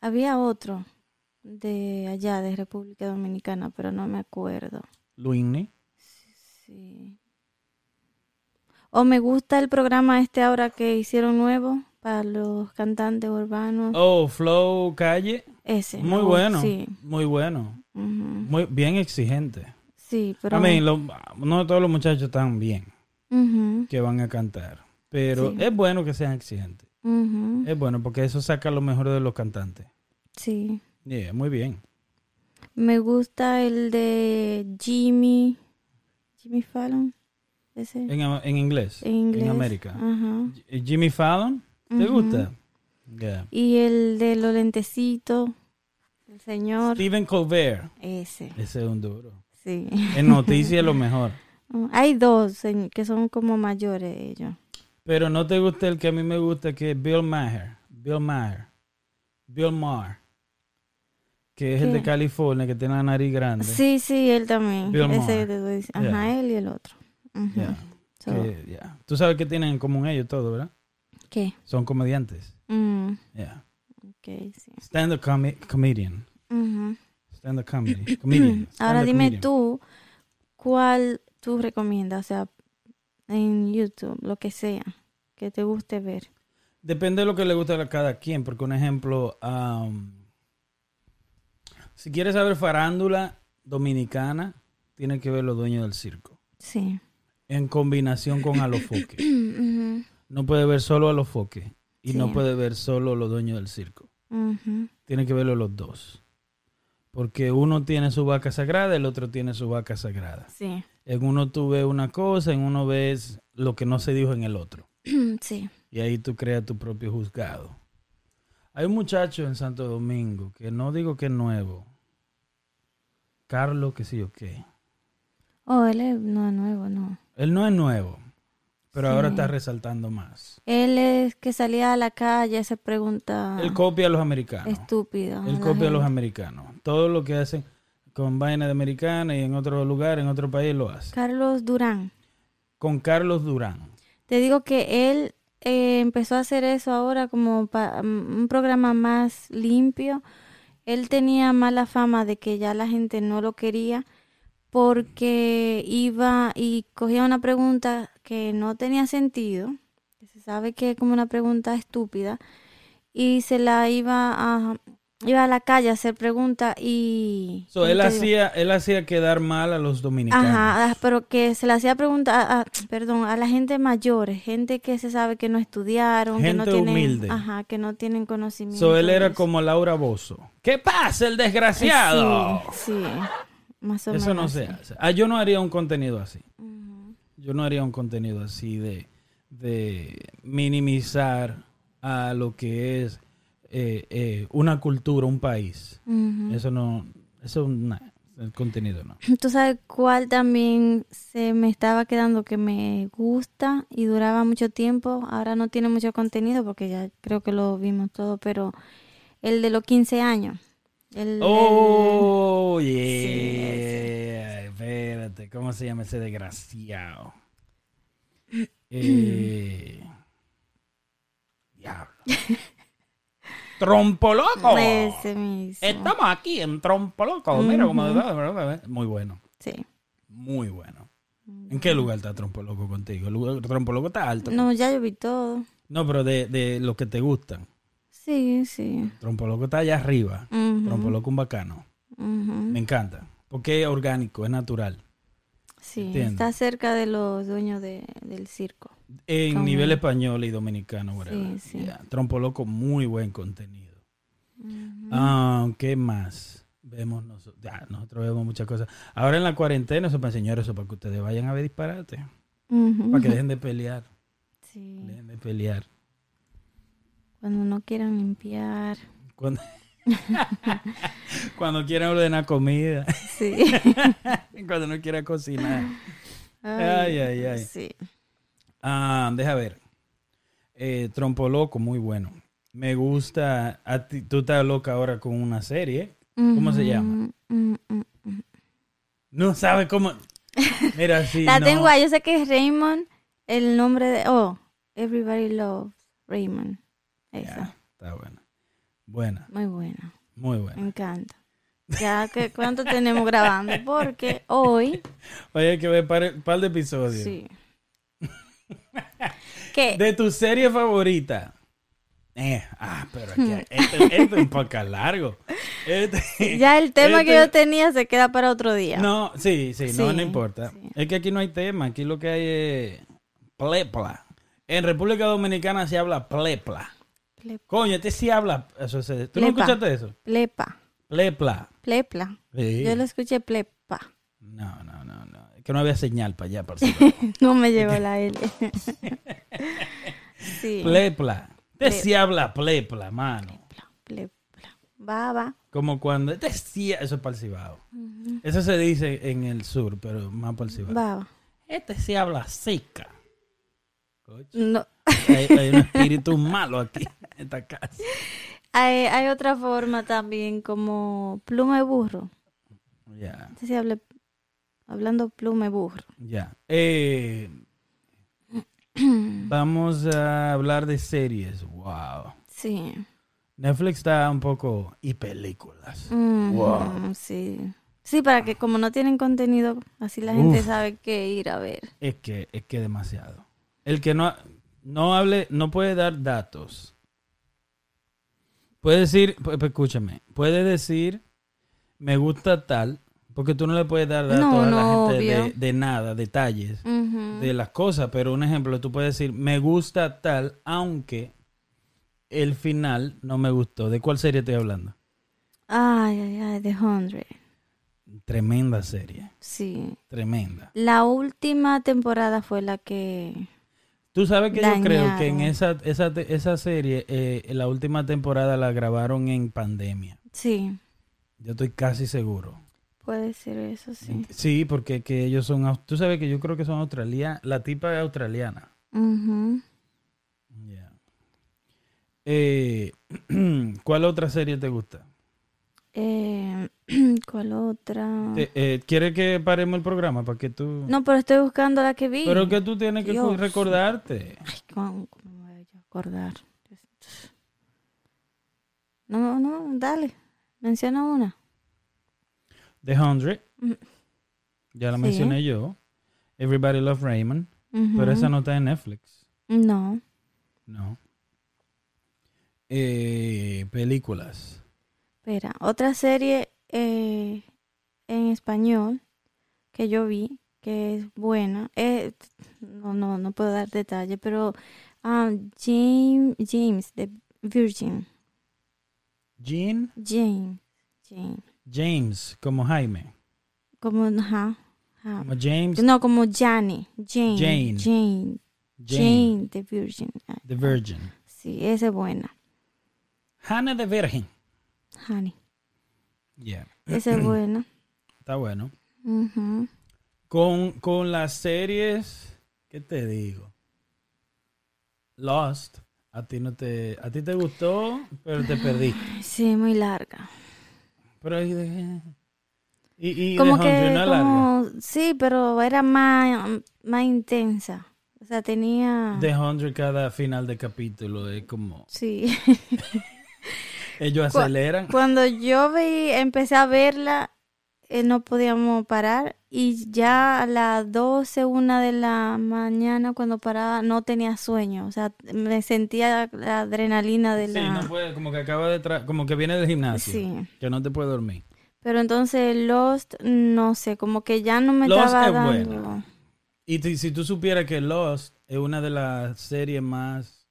S2: Había otro de allá, de República Dominicana, pero no me acuerdo.
S1: Luini.
S2: Sí. O me gusta el programa este ahora que hicieron nuevo para los cantantes urbanos.
S1: Oh, Flow Calle.
S2: Ese. me
S1: Muy
S2: gusta,
S1: bueno.
S2: Sí.
S1: Muy bueno.
S2: Ujú.
S1: Muy bien exigente.
S2: Sí, pero.
S1: A mí, lo- no todos los muchachos están bien
S2: Ujú,
S1: que van a cantar. Pero
S2: Sí.
S1: es bueno que sean exigentes.
S2: ujú,
S1: Es bueno porque eso saca lo mejor de los cantantes.
S2: Sí.
S1: Yeah, muy bien.
S2: Me gusta el de Jimmy. Jimmy Fallon. Ese.
S1: En, en inglés.
S2: en inglés.
S1: América.
S2: Ajá.
S1: J- Jimmy Fallon. ¿Te
S2: Ujú.
S1: gusta? Yeah.
S2: Y el de los lentecitos. El señor.
S1: Stephen Colbert.
S2: Ese.
S1: Ese es un duro.
S2: Sí.
S1: En noticias es lo mejor.
S2: Hay dos en- que son como mayores ellos.
S1: Pero no te gusta el que a mí me gusta, que es Bill Maher. Bill Maher. Bill Maher. Que es el
S2: ¿Qué?
S1: de California, que tiene la nariz grande.
S2: Sí, sí, él también.
S1: Bill
S2: Ese
S1: Maher.
S2: que te estoy diciendo. Ajá, él y el otro. Ujú.
S1: Ya,
S2: So,
S1: que- ya. Tú sabes que tienen en común ellos todos, ¿verdad?
S2: ¿Qué?
S1: Son comediantes.
S2: Mm,
S1: Yeah.
S2: ok, sí.
S1: Stand-up comi- comedian.
S2: Ujú.
S1: Stand-up comedy. Comedian.
S2: Ahora
S1: Stand-up
S2: dime
S1: comedian.
S2: tú, ¿cuál tú recomiendas? O sea, en YouTube, lo que sea, que te guste ver.
S1: Depende de lo que le gusta a cada quien, porque un ejemplo, am, si quieres saber farándula dominicana, tienes que ver los dueños del circo,
S2: Sí.
S1: en combinación con Alofoque.
S2: Ujú,
S1: No puede ver solo a los foques y
S2: Sí.
S1: no puede ver solo los dueños del circo.
S2: ujú.
S1: Tiene que verlo los dos. Porque uno tiene su vaca sagrada, el otro tiene su vaca sagrada.
S2: Sí.
S1: En uno tú ves una cosa, en uno ves lo que no se dijo en el otro.
S2: sí.
S1: Y ahí tú creas tu propio juzgado. Hay un muchacho en Santo Domingo, que no digo que es nuevo, Carlos, qué sé yo qué.
S2: Oh, él es, no es nuevo, no.
S1: Él no es nuevo, pero
S2: Sí.
S1: ahora está resaltando más.
S2: Él es que salía a la calle, se pregunta
S1: Él copia a los americanos.
S2: estúpida.
S1: Él
S2: la
S1: copia a los
S2: gente.
S1: americanos. Todo lo que hacen con vaina de americana y en otro lugar, en otro país, lo hace.
S2: Carlos Durán.
S1: Con Carlos Durán.
S2: Te digo que él eh, empezó a hacer eso ahora como pa- mm, un programa más limpio. Él tenía mala fama de que ya la gente no lo quería porque iba y cogía una pregunta que no tenía sentido, que se sabe que es como una pregunta estúpida, y se la iba a, iba a la calle a hacer preguntas y...
S1: So,
S2: ¿cómo
S1: él,
S2: te digo?
S1: hacía, él hacía quedar mal a los dominicanos.
S2: Ajá, ah, pero que se le hacía preguntar, a, perdón, a la gente mayor, gente que se sabe que no estudiaron, que no
S1: Gente
S2: tienen,
S1: humilde.
S2: ajá, que no tienen conocimiento.
S1: So, él
S2: de
S1: era
S2: eso. Eh,
S1: como Laura Bozo. ¿Qué pasa, el
S2: Sí,
S1: desgraciado?
S2: sí, más o menos.
S1: Eso no se hace. Ah, yo no haría un contenido así.
S2: Ujú.
S1: Yo no haría un contenido así de, de minimizar a lo que es eh, eh, una cultura, un país.
S2: Ujú.
S1: Eso no, eso no, el contenido no.
S2: Tú sabes cuál también se me estaba quedando que me gusta y duraba mucho tiempo. Ahora no tiene mucho contenido porque ya creo que lo vimos todo, pero el de los 15 años. El, el-
S1: Oh, yeah. Espérate, ¿cómo se llama ese desgraciado? Eh, diablo. Trompo loco.
S2: ese mismo.
S1: Estamos aquí en Trompo loco. Mira cómo. Muy bueno,
S2: Sí.
S1: muy bueno. ¿En qué lugar está Trompo loco contigo? El lugar- Trompo loco está alto. No,
S2: No, ya yo vi todo.
S1: pero de, de los que te gustan.
S2: Sí, sí.
S1: Trompo loco está allá arriba.
S2: Ujú,
S1: Trompo loco un bacano.
S2: ujú.
S1: Me encanta. Porque es orgánico, es natural.
S2: Sí,
S1: entiendo.
S2: está cerca de los dueños de- del circo.
S1: En
S2: Con-
S1: nivel español y dominicano, whatever.
S2: Sí, sí.
S1: Ya, Trompo Loco, muy buen contenido.
S2: Ujú.
S1: Ah, ¿Qué más? Vemos nosotros, nosotros vemos muchas cosas. Ahora en la cuarentena, eso para señores, eso para que ustedes vayan a ver disparate.
S2: Ujú.
S1: Para que dejen de pelear,
S2: Sí,
S1: dejen de pelear.
S2: cuando no quieran limpiar.
S1: Cuando, cuando quieran ordenar comida,
S2: Sí.
S1: cuando no quieran cocinar. Ay,
S2: Ay,
S1: ay, ay.
S2: Sí.
S1: Ah, deja ver. Eh, Trompo Loco, muy bueno. Me gusta. A ti- tú estás loca ahora con una serie. ¿Cóómo se llama?
S2: Ujú, ujú, ujú.
S1: No sabe cómo. Mira, sí.
S2: La
S1: no.
S2: tengo ahí, yo sé que es Raymond, el nombre de... Oh, Everybody Loves Raymond. Esa,
S1: Ya, Ah, está buena. Buena,
S2: muy buena.
S1: muy
S2: Me
S1: buena.
S2: encanta. Ya que cuánto tenemos grabando, porque hoy
S1: Oye, hay que ver un par de episodios.
S2: sí. que
S1: De tu serie favorita. Eh, ah, pero aquí hay- este, este es un podcast largo. Este-
S2: ya el tema que
S1: este-
S2: yo tenía se queda para otro día.
S1: No, sí, sí, no,
S2: Sí,
S1: no importa.
S2: sí.
S1: Es que aquí no hay tema, aquí lo que hay es plepla. En República Dominicana se habla plepla.
S2: Ple-
S1: Coño, este sí habla. Eso se- ¿Tú no
S2: Plepa.
S1: escuchaste eso?
S2: plepa,
S1: Plepla.
S2: plepla.
S1: Sí.
S2: Yo lo escuché plepa.
S1: No, no, no, no. Es que no había señal para allá. Para el celular.
S2: No me llegó la L. sí.
S1: plepla. Este sí habla plepla, mano.
S2: Plepla, plepla. Va, va.
S1: Como cuando. Este sí. Eso es para el Cibao. Eso se dice en el sur, pero más para el Cibao.
S2: Va, va.
S1: Este sí habla seca. Coño.
S2: No.
S1: Hay, hay un espíritu malo aquí en esta casa.
S2: Hay, hay otra forma también como pluma de burro.
S1: Ya,
S2: No sé si hable- hablando pluma de burro.
S1: ya. Eh, vamos a hablar de series. Wow.
S2: Sí.
S1: Netflix está un poco... Y películas.
S2: Mm,
S1: Wow.
S2: Sí. Sí, para que como no tienen contenido, así la gente sabe qué ir a ver.
S1: Es que es que demasiado. El que no, no hable, no puede dar datos. Puede decir, pu- pu- escúchame, puede decir, me gusta tal, porque tú no le puedes dar datos
S2: No,
S1: a la
S2: no,
S1: gente de,
S2: obvio.
S1: de nada, detalles.
S2: Ujú.
S1: de las cosas, pero un ejemplo, tú puedes decir, me gusta tal, aunque el final no me gustó. ¿De cuál serie estoy hablando?
S2: Ay, ay, ay, The Hundred.
S1: Tremenda serie,
S2: Sí.
S1: tremenda.
S2: La última temporada fue la que...
S1: Tú sabes que yo creo que en
S2: Dañaron.
S1: esa, esa, esa serie, eh, la última temporada la grabaron en pandemia.
S2: Sí.
S1: Yo estoy casi seguro.
S2: Puede ser eso, sí.
S1: Sí, porque que ellos son. aus- Tú sabes que yo creo que son australianos. La tipa es australiana.
S2: Ujú.
S1: Ya. Eh, ¿Cuál otra serie te gusta?
S2: Eh, ¿Cuál otra?
S1: Te- eh, ¿Quieres que paremos el programa para que tú.?
S2: No, pero estoy buscando la que vi.
S1: Pero que tú tienes que
S2: Dios.
S1: cu- recordarte.
S2: Ay, ¿cómo, cómo me voy yo a acordar? No, no, dale. Menciona una.
S1: The Hundred.
S2: Ujú.
S1: Ya la
S2: Mm. Sí.
S1: mencioné yo. Everybody Love Raymond. Pero
S2: Ujú.
S1: esa no está en Netflix.
S2: No.
S1: No. Eh, películas.
S2: Espera, otra serie eh, en español que yo vi, que es buena, eh, no, no, no puedo dar detalle, pero ah, James, James, de Virgin,
S1: Jean
S2: James, James,
S1: James, como Jaime.
S2: como, ajá, ajá.
S1: Como James.
S2: no, como Jane, Jane,
S1: Jane.
S2: Jane, Jane,
S1: Jane.
S2: de Virgin, Ah,
S1: The Virgin.
S2: sí, esa es buena,
S1: Hannah the Virgin.
S2: honey,
S1: Yeah,
S2: esa es buena,
S1: está bueno.
S2: ujú.
S1: Con, con las series, ¿qué te digo? Lost, a ti no te, a ti te gustó, pero te perdiste.
S2: Ay, sí, muy larga.
S1: Pero ahí de- y, y
S2: como
S1: de
S2: que
S1: Hundred, no larga.
S2: como sí pero era más más intensa o sea tenía
S1: De Hundred cada final de capítulo es como
S2: sí
S1: ellos
S2: Cu-
S1: aceleran.
S2: cuando yo vi empecé a verla eh, no podíamos parar y ya a las 12, una de la mañana cuando paraba no tenía sueño o sea me sentía la adrenalina de
S1: Sí,
S2: la
S1: no puede, como que acaba de tra- como que viene del gimnasio,
S2: Sí.
S1: que no te puede dormir.
S2: pero entonces Lost no sé como que ya no me
S1: Lost
S2: estaba
S1: es
S2: dando
S1: buena. Y ti- si tú supieras que Lost es una de las series más,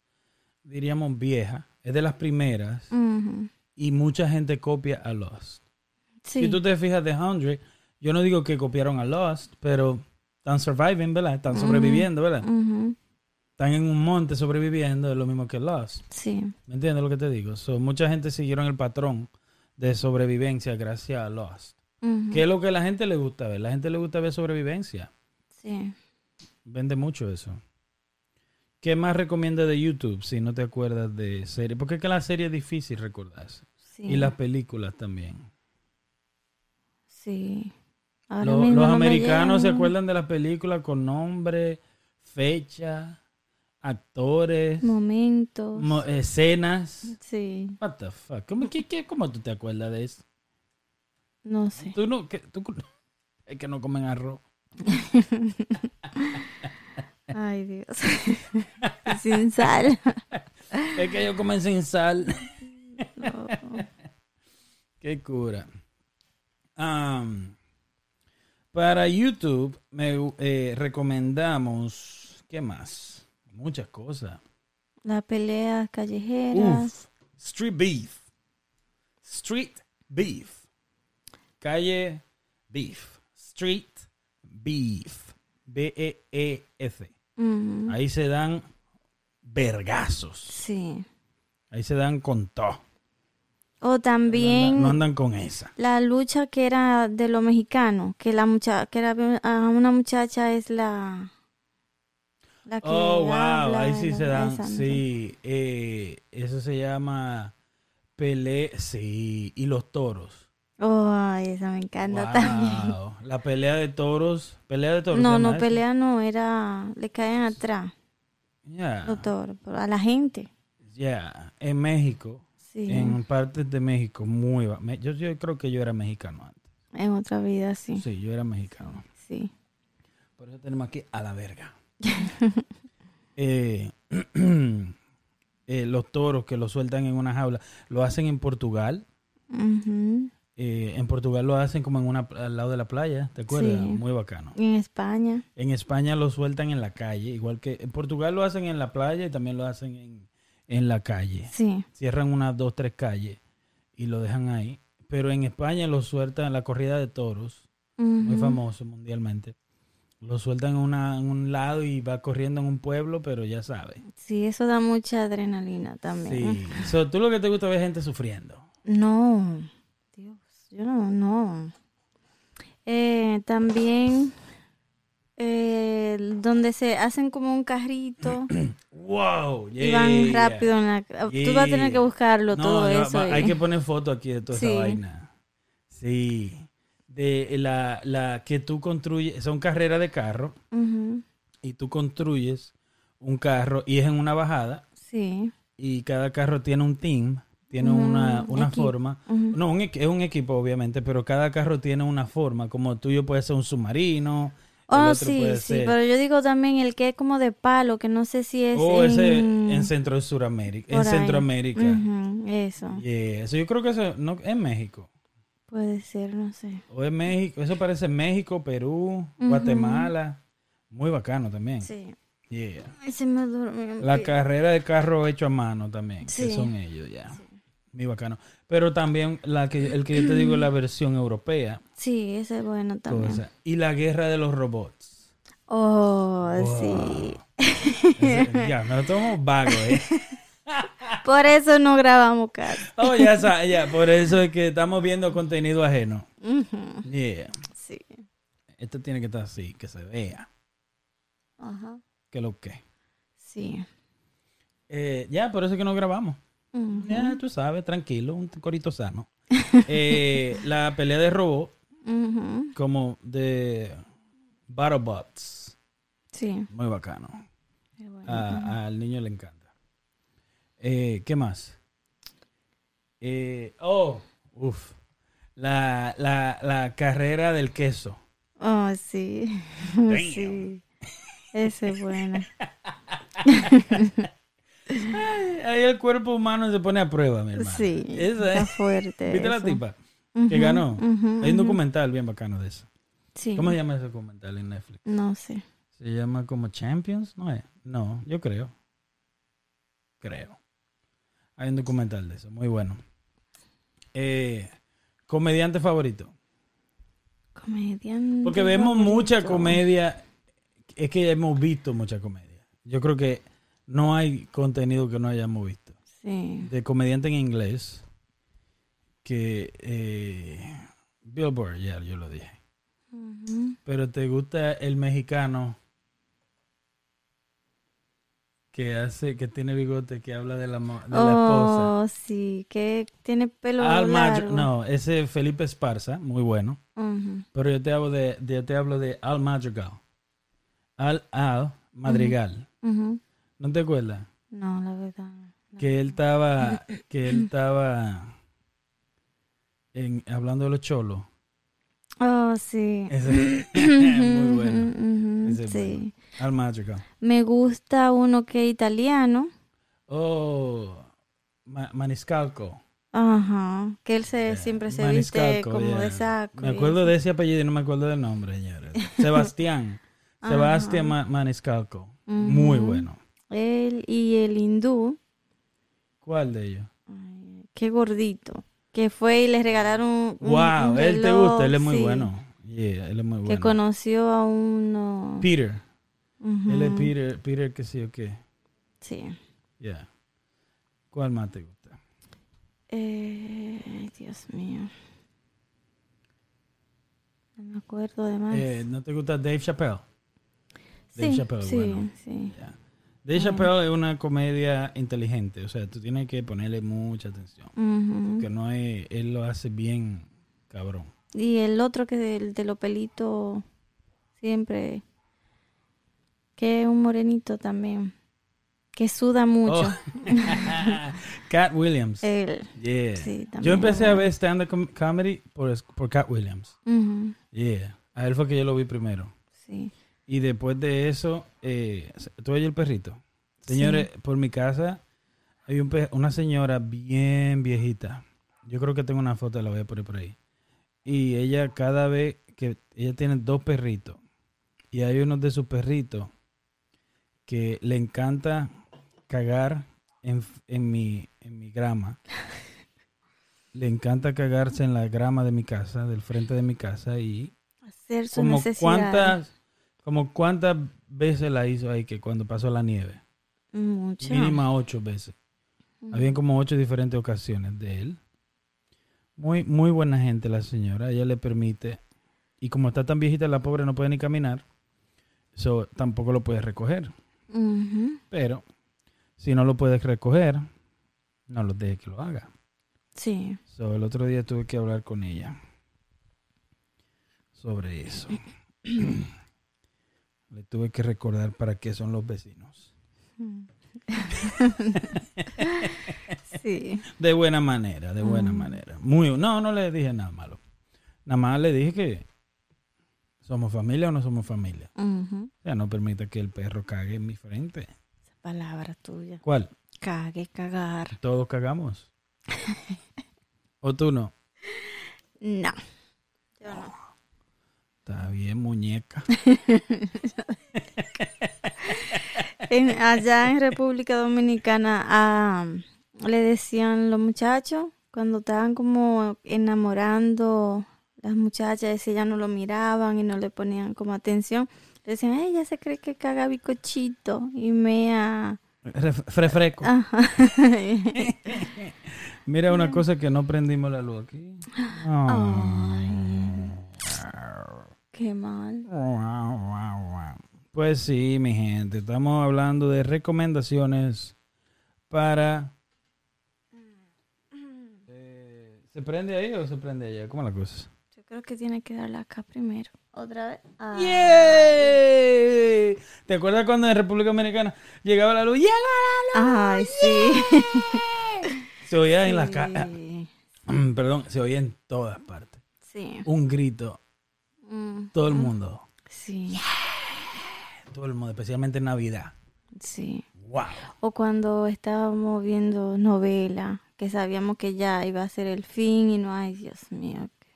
S1: diríamos, vieja, es de las primeras,
S2: Ujú.
S1: y mucha gente copia a Lost.
S2: sí
S1: Si tú te fijas de Hundred, yo no digo que copiaron a Lost, pero están surviving, ¿verdad? Están sobreviviendo, ¿verdad?
S2: Ujú.
S1: Están en un monte sobreviviendo, es lo mismo que Lost.
S2: sí
S1: ¿Me entiendes lo que te digo? So, mucha gente siguieron el patrón de sobrevivencia gracias a Lost.
S2: Ujú.
S1: ¿Qué es lo que a la gente le gusta ver? La gente le gusta ver sobrevivencia.
S2: sí
S1: Vende mucho eso. ¿Qué más recomienda de YouTube si no te acuerdas de serie? Porque es que la serie es difícil recordarse.
S2: Sí,
S1: Y las películas también.
S2: sí. Ahora
S1: Lo-
S2: mismo
S1: los
S2: no me
S1: americanos se
S2: llegan.
S1: acuerdan de las películas con nombre, fecha, actores,
S2: Momentos.
S1: mo- escenas.
S2: sí,
S1: What the fuck? ¿Cómo, qué- qué- cómo tú te acuerdas de eso?
S2: no sé.
S1: Tú no, que, tú- es que no comen arroz.
S2: Ay, Dios. Sin sal.
S1: Es que ellos comen sin sal.
S2: No.
S1: Qué cura. Am, para YouTube me eh, recomendamos, ¿qué más? Muchas cosas.
S2: Las peleas callejeras.
S1: Uf, Street Beef. Street Beef. Calle Beef. Street Beef. B-E-E-F.
S2: Ujú.
S1: Ahí se dan vergazos.
S2: Sí.
S1: Ahí se dan con todo.
S2: O también
S1: No andan con esa.
S2: la lucha que era de los mexicanos, que la mucha que era a una muchacha es la la que
S1: Oh, wow,
S2: habla,
S1: ahí sí
S2: la-
S1: se dan.
S2: esa, no sé.
S1: Sí, eh, eso se llama pelea, sí, y los toros.
S2: Oh, ay, esa me encanta también.
S1: Wow, la pelea de toros, pelea de toros.
S2: No,
S1: se
S2: no
S1: llama eso?
S2: pelea, no, era. Le caen atrás,
S1: Yeah,
S2: doctor, pero a la gente.
S1: yeah, en México,
S2: Sí, en,
S1: en partes de México, muy... va- me- Yo, yo creo que yo era mexicano antes.
S2: otra vida, sí.
S1: Sí, yo era mexicano.
S2: Sí.
S1: Por eso tenemos aquí a la verga. Eh, eh, los toros que los sueltan en una jaula, lo hacen en Portugal.
S2: Ujú.
S1: Eh, en Portugal lo hacen como en una, al lado de la playa, ¿te acuerdas?
S2: Sí.
S1: Muy bacano.
S2: Y en España.
S1: En España lo sueltan en la calle, igual que en Portugal lo hacen en la playa y también lo hacen en, en la calle.
S2: Sí.
S1: Cierran unas dos, tres calles y lo dejan ahí. Pero en España lo sueltan en la corrida de toros, muy
S2: Ujú.
S1: famoso mundialmente. Lo sueltan en, una- en un lado y va corriendo en un pueblo, pero ya sabes.
S2: Sí, eso da mucha adrenalina también.
S1: Sí. So, tú lo que te gusta es ver gente sufriendo.
S2: No. Dios, yo no, no. Eh, también eh, donde se hacen como un carrito
S1: ¡Wow!
S2: y van
S1: yeah.
S2: rápido. En la... Tú vas a tener que
S1: Yeah.
S2: buscarlo
S1: No,
S2: todo
S1: ya
S2: eso.
S1: va-
S2: y-
S1: hay que poner foto aquí de toda
S2: Sí.
S1: esa vaina. Sí. De eh, la, la que tú construyes, son carreras de carro
S2: Ujú,
S1: y tú construyes un carro y es en una bajada
S2: Sí.
S1: y cada carro tiene un team, tiene
S2: Ujú,
S1: una, una
S2: equipo.
S1: forma.
S2: ujú.
S1: No, un equi- es un equipo obviamente, pero cada carro tiene una forma, como el tuyo puede ser un submarino. el
S2: Oh,
S1: otro
S2: sí,
S1: puede
S2: sí,
S1: ser-
S2: pero yo digo también el que es como de palo, que no sé si es
S1: o Oh,
S2: en...
S1: ese en Centro de Suramérica, en
S2: por ahí.
S1: Centroamérica.
S2: Ujú, Eso,
S1: Yeah, Eso yo creo que eso no, es México.
S2: puede ser, no sé.
S1: O es México, eso parece México, Perú,
S2: Ujú.
S1: Guatemala. Muy bacano también.
S2: Sí,
S1: Yeah.
S2: Ay, se me durmió un
S1: Mm. La
S2: pie.
S1: carrera de carro hecho a mano también,
S2: Sí.
S1: que son ellos ya. Muy bacano. Pero también la que, el que yo te digo es la versión europea.
S2: Sí, ese es bueno
S1: toda
S2: también.
S1: esa. Y la guerra de los robots.
S2: Oh,
S1: Wow.
S2: sí.
S1: Ese- ya, me lo tomo vago, ¿eh?
S2: Por eso no grabamos casi.
S1: Oh, ya, sa- ya, por eso es que estamos viendo contenido ajeno.
S2: Ujú,
S1: Yeah.
S2: Sí.
S1: Esto tiene que estar así, que se vea.
S2: Ajá.
S1: Que lo que.
S2: Sí.
S1: Eh, ya, por eso es que no grabamos.
S2: Ujú,
S1: Ya, tú sabes, tranquilo, un corito sano. Eh, la pelea de robot,
S2: ujú,
S1: como de BattleBots,
S2: Sí.
S1: muy bacano.
S2: es bueno.
S1: A- al niño le encanta. Eh, ¿Qué más? Eh, oh, uff. La, la, la carrera del queso.
S2: Oh, sí. Sí. Ese es bueno.
S1: Ay, Eh, Ahí el cuerpo humano se pone a prueba, mi hermano.
S2: Sí.
S1: Esa
S2: Está
S1: es.
S2: fuerte.
S1: ¿Viste la
S2: eso.
S1: tipa que
S2: Ujú,
S1: ganó?
S2: ujú,
S1: Hay un
S2: ujú.
S1: documental bien bacano de eso.
S2: Sí.
S1: ¿Cómo se llama ese documental en Netflix?
S2: No sé.
S1: Se llama como Champions, ¿no es? No, yo creo. Creo. Hay un documental de eso, muy bueno. Eh, comediante favorito.
S2: Comediante.
S1: Porque vemos
S2: favorito.
S1: mucha comedia. Es que hemos visto mucha comedia. Yo creo que no hay contenido que no hayamos visto.
S2: Sí.
S1: De comediante en inglés. Que. eh, Billboard, ya yo lo dije.
S2: Ujú.
S1: Pero te gusta el mexicano que hace, que tiene bigote, que habla de la, mo- de la esposa.
S2: Oh, sí. Que tiene pelo
S1: Alma-
S2: largo.
S1: no, ese Felipe Esparza, muy bueno.
S2: Ujú.
S1: Pero yo te hablo de, de- yo te hablo de Al Madrigal. Al Al Madrigal.
S2: Ujú.
S1: ¿No te acuerdas?
S2: No, la verdad. no.
S1: Que él estaba, que él estaba en- hablando de los cholos.
S2: Oh, sí.
S1: Ese, muy bueno.
S2: Ujú, ujú,
S1: Ese es
S2: sí.
S1: bueno. Al Madrigal.
S2: Me gusta uno que es italiano.
S1: Oh, Ma- Maniscalco.
S2: Ajá. Que él se,
S1: Yeah,
S2: siempre se viste
S1: Maniscalco,
S2: como
S1: yeah.
S2: de saco.
S1: Me
S2: y
S1: acuerdo de ese apellido y no me acuerdo del nombre, señores. Sebastián. Sebastián Ma- Maniscalco. Muy
S2: Ujú.
S1: bueno.
S2: Él y el hindú.
S1: ¿Cuál de ellos?
S2: Ay, qué gordito. Que fue y les regalaron un. un
S1: wow, él te
S2: reloj,
S1: gusta, él es muy
S2: sí,
S1: bueno. Yeah, él es muy
S2: Que
S1: bueno.
S2: conoció a uno.
S1: Peter.
S2: Ujú,
S1: Él es Peter, Peter que sí o qué.
S2: Sí.
S1: Yeah. ¿Cuál más te gusta?
S2: Eh, ay, Dios mío. No me acuerdo de más.
S1: Eh, ¿No te gusta Dave Chappelle? Dave
S2: sí,
S1: Chappelle,
S2: sí,
S1: bueno.
S2: sí.
S1: Yeah. Dave Chappelle es una comedia inteligente, o sea, tú tienes que ponerle mucha atención.
S2: Ujú.
S1: Que no es, él lo hace bien, cabrón.
S2: Y el otro que del de los pelitos siempre. Que es un morenito también. Que suda mucho.
S1: Oh. Cat Williams.
S2: Él.
S1: Yeah.
S2: Eh, sí, también.
S1: yo empecé a ver stand-up com- comedy por, es- por Cat Williams.
S2: Ujú,
S1: Yeah. A él fue que yo lo vi primero.
S2: Sí.
S1: Y después de eso, eh, tú oyes el perrito. Señores, por mi casa hay un pe- una señora bien viejita. Yo creo que tengo una foto, la voy a poner por ahí. Y ella cada vez que ella tiene dos perritos. Y hay uno de sus perritos que le encanta cagar en, f- en mi, en mi grama. Le encanta cagarse en la grama de mi casa, del frente de mi casa. Y
S2: Hacer su
S1: como
S2: necesidad.
S1: cuántas como cuántas veces la hizo ahí que cuando pasó la nieve
S2: Mucho.
S1: mínima ocho veces
S2: Ujú.
S1: habían como ocho diferentes ocasiones de él muy muy buena gente la señora ella le permite Y como está tan viejita, la pobre no puede ni caminar. So, tampoco lo puedes recoger.
S2: Ujú.
S1: Pero si no lo puedes recoger, no lo dejes que lo haga.
S2: Sí.
S1: So, el otro día tuve que hablar con ella sobre eso. Le tuve que recordar para qué son los vecinos.
S2: Mm. sí.
S1: De buena manera, de buena
S2: Ah.
S1: manera. Muy, no, no le dije nada malo. Nada más le dije que somos familia o no somos familia.
S2: Ujú.
S1: O sea, no permita que el perro cague en mi frente.
S2: Esa palabra tuya.
S1: ¿Cuál?
S2: Cague, cagar.
S1: Todos cagamos. ¿O tú no?
S2: No. Yo no.
S1: Está bien, muñeca.
S2: En- allá en República Dominicana ah, le decían los muchachos cuando estaban como enamorando las muchachas, si ya no lo miraban y no le ponían como atención, le decían, ella se cree que caga bicochito y mea.
S1: Ref- Refresco.
S2: Ajá.
S1: Mira una cosa que no prendimos la luz aquí.
S2: Ay. Qué mal.
S1: Pues sí, mi gente, estamos hablando de recomendaciones para... Eh, ¿Se prende ahí o se prende allá? ¿Cómo es la cosa?
S2: Yo creo que tiene que darla acá primero. Otra vez. Ah.
S1: ¡Yay! ¿Te acuerdas cuando en República Dominicana llegaba la luz? ¡Llega la
S2: Ay, sí.
S1: luz! Se oía en las casas.
S2: Sí.
S1: Perdón, se oía en todas partes.
S2: Sí.
S1: Un grito.
S2: Mm,
S1: Todo el mundo.
S2: sí.
S1: Todo el mundo, especialmente en Navidad.
S2: Sí.
S1: ¡Wow!
S2: O cuando estábamos viendo novela, que sabíamos que ya iba a ser el fin y no, ay, Dios mío. que-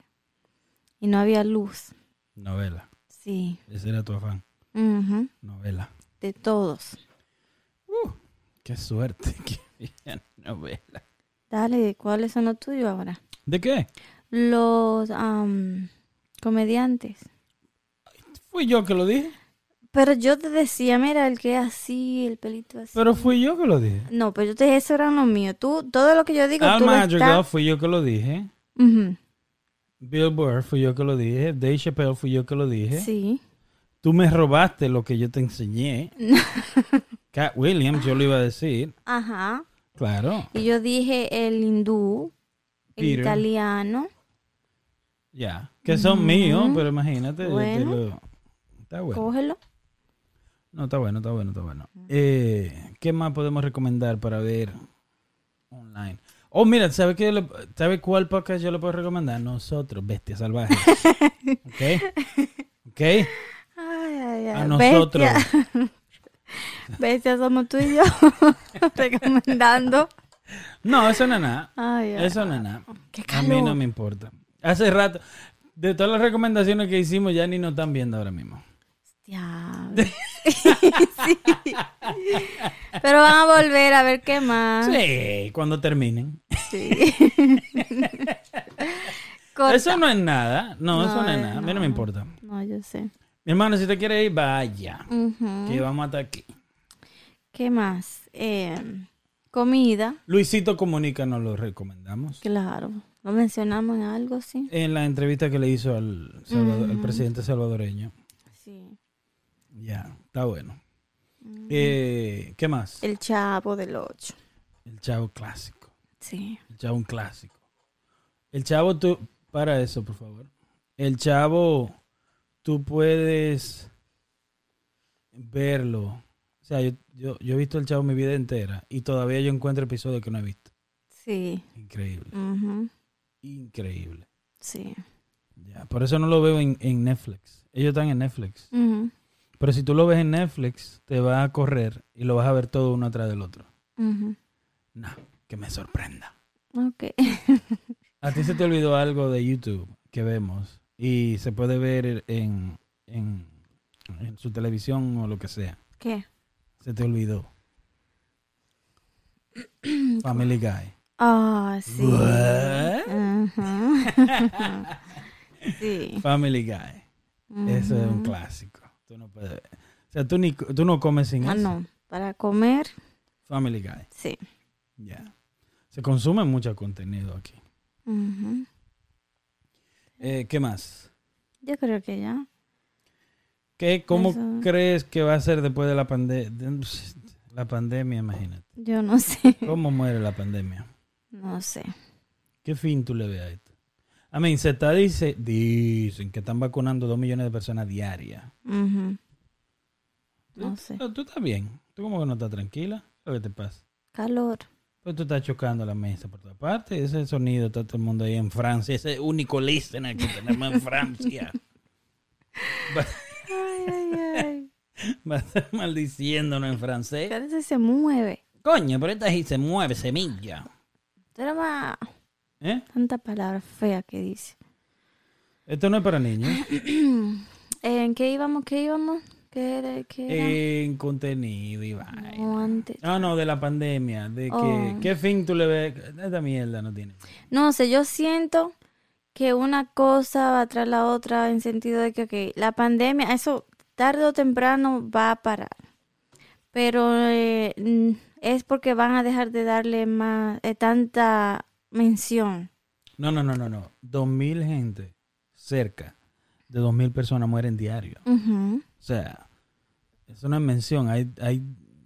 S2: Y no había luz.
S1: Novela.
S2: Sí.
S1: Ese era tu afán.
S2: Ujú.
S1: Novela.
S2: De todos.
S1: Qué suerte que había novela.
S2: Dale, ¿cuáles son los tuyos ahora?
S1: ¿De qué?
S2: Los am, comediantes.
S1: Fui yo que lo dije.
S2: Pero yo te decía, mira, el que es así, el pelito así.
S1: Pero fui yo que lo dije.
S2: No, pero yo te dije, eso era lo mío. Tú, todo lo que yo digo, tú lo
S1: Alma Madrigal
S2: estás...
S1: fui Ah, yo que lo dije.
S2: Ujú.
S1: Bill Burr fui yo que lo dije. Dave Chappelle fui yo que lo dije.
S2: Sí.
S1: Tú me robaste lo que yo te enseñé. Cat Williams, yo lo iba a decir.
S2: Ajá.
S1: Claro.
S2: Y yo dije el hindú, el
S1: Peter.
S2: italiano.
S1: Ya. Que son
S2: Ujú.
S1: míos, pero imagínate. yo te
S2: Bueno.
S1: lo- Está bueno.
S2: Cógelo.
S1: No, está bueno, está bueno, está bueno. Eh, ¿Qué más podemos recomendar para ver online? Oh, mira, ¿sabes qué le- ¿sabe cuál podcast yo le puedo recomendar? Nosotros, Bestias Salvajes. ¿Ok? ¿Ok?
S2: Ay, ay, ay.
S1: A nosotros.
S2: Bestia. Bestia somos tú y yo recomendando.
S1: No, eso no es nada.
S2: Ay, ay.
S1: Eso no es nada.
S2: Qué
S1: A
S2: calor.
S1: mí no me importa. Hace rato, de todas las recomendaciones que hicimos, ya ni nos están viendo ahora mismo.
S2: Diablo. Sí. Pero van a volver a ver qué más.
S1: Sí, cuando terminen.
S2: Sí. Corta.
S1: Eso no es nada. No, eso no es
S2: No,
S1: nada. A mí no me importa.
S2: No, yo sé.
S1: Mi hermano, si te quiere ir, vaya.
S2: Ujú.
S1: Que vamos hasta aquí.
S2: ¿Qué más? Eh, comida,
S1: Luisito Comunica nos lo recomendamos.
S2: claro. Lo mencionamos en algo, sí.
S1: En la entrevista que le hizo al, Salvador- al presidente salvadoreño.
S2: Sí.
S1: Ya, está bueno. Eh, ¿Qué más? El,
S2: El chavo del 8.
S1: chavo clásico.
S2: Sí.
S1: El chavo un clásico. El chavo, tú, para eso, por favor. El chavo, tú puedes verlo. O sea, yo, yo, yo he visto el chavo mi vida entera y todavía yo encuentro episodios que no he visto.
S2: Sí.
S1: Increíble,
S2: Ujú.
S1: increíble.
S2: Sí.
S1: Ya, por eso no lo veo en, en Netflix. Ellos están en Netflix.
S2: Ujú.
S1: Pero si tú lo ves en Netflix, te va a correr y lo vas a ver todo uno atrás del otro.
S2: Ujú.
S1: No, que me sorprenda.
S2: Ok.
S1: A ti se te olvidó algo de YouTube que vemos y se puede ver en, en, en su televisión o lo que sea.
S2: ¿Qué?
S1: Se te olvidó. Family Guy.
S2: Ah, sí.
S1: What?
S2: Ajá. sí.
S1: Family Guy. Eso es un
S2: Ujú.
S1: clásico. Tú no puedes ver. O sea, tú, ni, tú no comes sin
S2: Ah,
S1: eso.
S2: no. Para comer,
S1: Family Guy.
S2: sí.
S1: Ya. Se consume mucho contenido aquí.
S2: Ujú.
S1: Eh, ¿Qué más?
S2: Yo creo que ya.
S1: ¿Qué, ¿Cómo
S2: Eso.
S1: crees que va a ser después de la pandemia? La pandemia, imagínate.
S2: Yo no sé.
S1: ¿Cómo muere la pandemia?
S2: No sé.
S1: ¿Qué fin tú le ves a esto? A mí, se está dice, dicen que están vacunando dos millones de personas diarias.
S2: Ujú.
S1: ¿Tú-
S2: No sé.
S1: tú estás bien. ¿Tú como que no estás tranquila? ¿Qué es lo que te pasa?
S2: Calor.
S1: Pues tú estás chocando la mesa por todas partes. Ese sonido está todo el mundo ahí en Francia. Ese único listener que tenemos en Francia.
S2: Ay, ay, ay.
S1: Va a estar maldiciéndonos en francés.
S2: Parece que se mueve.
S1: Coño, pero esta sí se mueve, semilla.
S2: Era más
S1: ¿Eh?
S2: tanta palabra fea que dice.
S1: Esto no es para niños.
S2: ¿En qué íbamos? ¿Qué íbamos? ¿Qué era? ¿Qué era?
S1: En contenido y vaina.
S2: No, antes.
S1: Ah, no, de la pandemia. De que,
S2: Oh.
S1: ¿Qué fin tú le ves? Esta mierda no tiene.
S2: No sé, yo siento que una cosa va tras la otra en sentido de que, ok, la pandemia, eso tarde o temprano va a parar. Pero eh, mm, es porque van a dejar de darle más, eh, tanta mención.
S1: No, no, no, no, no. Dos mil gente, cerca de dos mil personas mueren diario.
S2: Ujú.
S1: O sea, es una mención. Hay, hay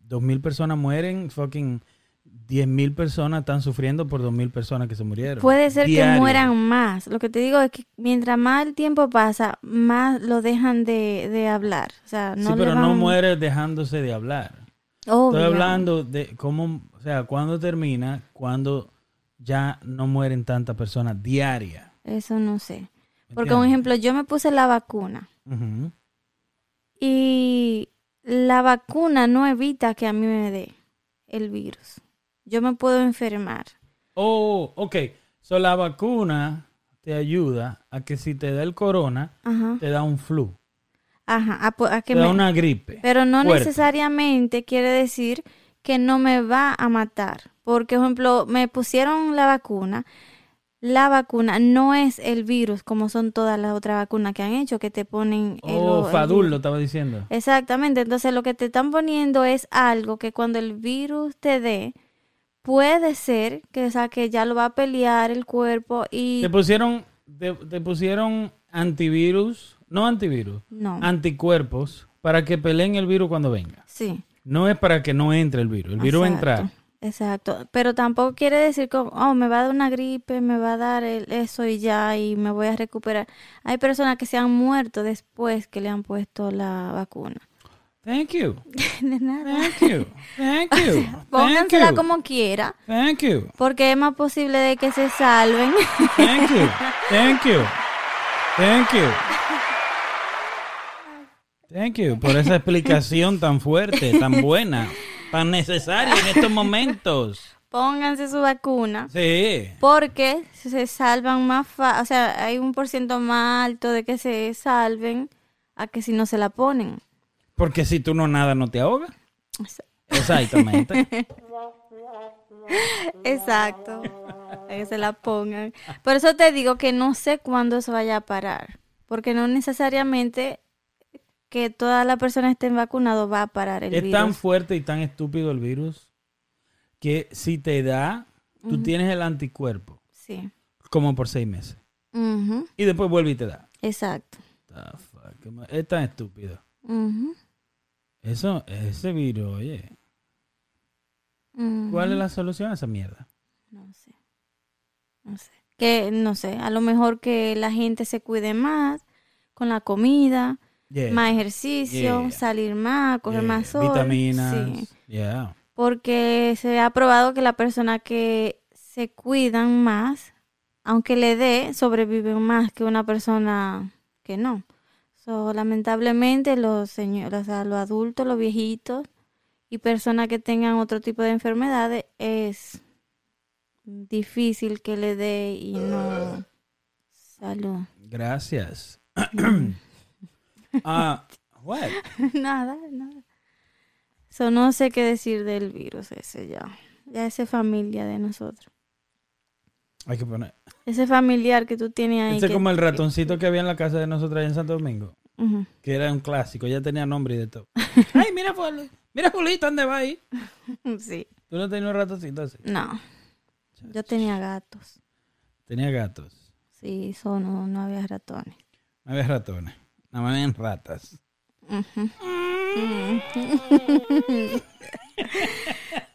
S1: dos mil personas mueren, fucking diez mil personas están sufriendo por dos mil personas que se murieron.
S2: Puede ser que
S1: Diario.
S2: mueran más. Lo que te digo es que mientras más el tiempo pasa, más lo dejan de, de hablar. O sea, no
S1: sí,
S2: le
S1: pero no
S2: van-
S1: muere dejándose de hablar.
S2: Obvio.
S1: Estoy hablando de cómo, o sea, cuándo termina, cuando ya no mueren tantas personas diarias.
S2: Eso no sé.
S1: ¿Me
S2: Porque, por
S1: entiendes?
S2: ejemplo, yo me puse la vacuna.
S1: Ujú.
S2: Y la vacuna no evita que a mí me dé el virus. Yo me puedo enfermar.
S1: Oh, ok. So la vacuna te ayuda a que si te da el corona,
S2: Ajá.
S1: te da un flu,
S2: Ajá. a po- a que
S1: te da
S2: me-
S1: una gripe.
S2: Pero no
S1: fuerte.
S2: necesariamente quiere decir que no me va a matar. Porque, por ejemplo, me pusieron la vacuna. La vacuna no es el virus como son todas las otras vacunas que han hecho, que te ponen el,
S1: oh,
S2: o- el
S1: Fadul lo
S2: virus.
S1: estaba diciendo.
S2: Exactamente, entonces lo que te están poniendo es algo que cuando el virus te dé, puede ser que, o sea, que ya lo va a pelear el cuerpo y...
S1: Te pusieron, te, te pusieron antivirus, no antivirus,
S2: No,
S1: anticuerpos para que peleen el virus cuando venga.
S2: sí.
S1: No es para que no entre el virus. El virus va a entrar.
S2: exacto, Exacto, pero tampoco quiere decir como, oh, me va a dar una gripe, me va a dar el- eso y ya, y me voy a recuperar. Hay personas que se han muerto después que le han puesto la vacuna.
S1: Thank you.
S2: De nada.
S1: Thank you. Thank you. Thank
S2: Póngansela
S1: you.
S2: como quiera,
S1: Thank you.
S2: porque es más posible de que se salven.
S1: Thank you. Thank you. Thank you. Thank you por esa explicación tan fuerte, tan buena, tan necesaria en estos momentos.
S2: Pónganse su vacuna.
S1: Sí.
S2: porque se salvan más fa o sea, hay un por ciento más alto de que se salven a que si no se la ponen.
S1: Porque si tú no nada, no te ahogas. Exactamente.
S2: Exacto. A que se la pongan. Por eso te digo que no sé cuándo eso vaya a parar, porque no necesariamente que todas las personas estén vacunadas va a parar el
S1: es
S2: virus.
S1: tan fuerte y tan estúpido el virus que si te da, tú tienes el anticuerpo
S2: Sí.
S1: como por seis meses.
S2: Ujú.
S1: Y después vuelve y te da.
S2: Exacto.
S1: The fuck, ma- Es tan estúpido.
S2: Ujú.
S1: Eso, ese virus, oye.
S2: Ujú.
S1: ¿Cuál es la solución a esa mierda?
S2: No sé. No sé. Que no sé, a lo mejor que la gente se cuide más con la comida,
S1: Yeah,
S2: más ejercicio,
S1: Yeah.
S2: salir más, coger
S1: yeah,
S2: más sol.
S1: Vitaminas.
S2: Sí.
S1: Yeah.
S2: Porque se ha probado que las personas que se cuidan más, aunque le dé, sobreviven más que una persona que no. So, lamentablemente los señores, o sea, los adultos, los viejitos y personas que tengan otro tipo de enfermedades es difícil que le dé y no salud.
S1: Gracias. Ah, what?
S2: Nada, nada. So, no sé qué decir del virus ese ya. Ya ese familia de nosotros.
S1: Hay que poner.
S2: Ese familiar que tú tienes ahí.
S1: Este es
S2: que-
S1: como el ratoncito que había en la casa de nosotros allá en Santo Domingo.
S2: Ujú.
S1: que era un clásico, ya tenía nombre y de todo. Ay, mira, Pablo, mira, Julito, ¿dónde va ahí?
S2: Sí,
S1: Tú no tenías un ratoncito así.
S2: no. Yo tenía gatos.
S1: Tenía gatos.
S2: Sí, eso no, no había ratones.
S1: No había ratones. Nada más habían ratas. Mm.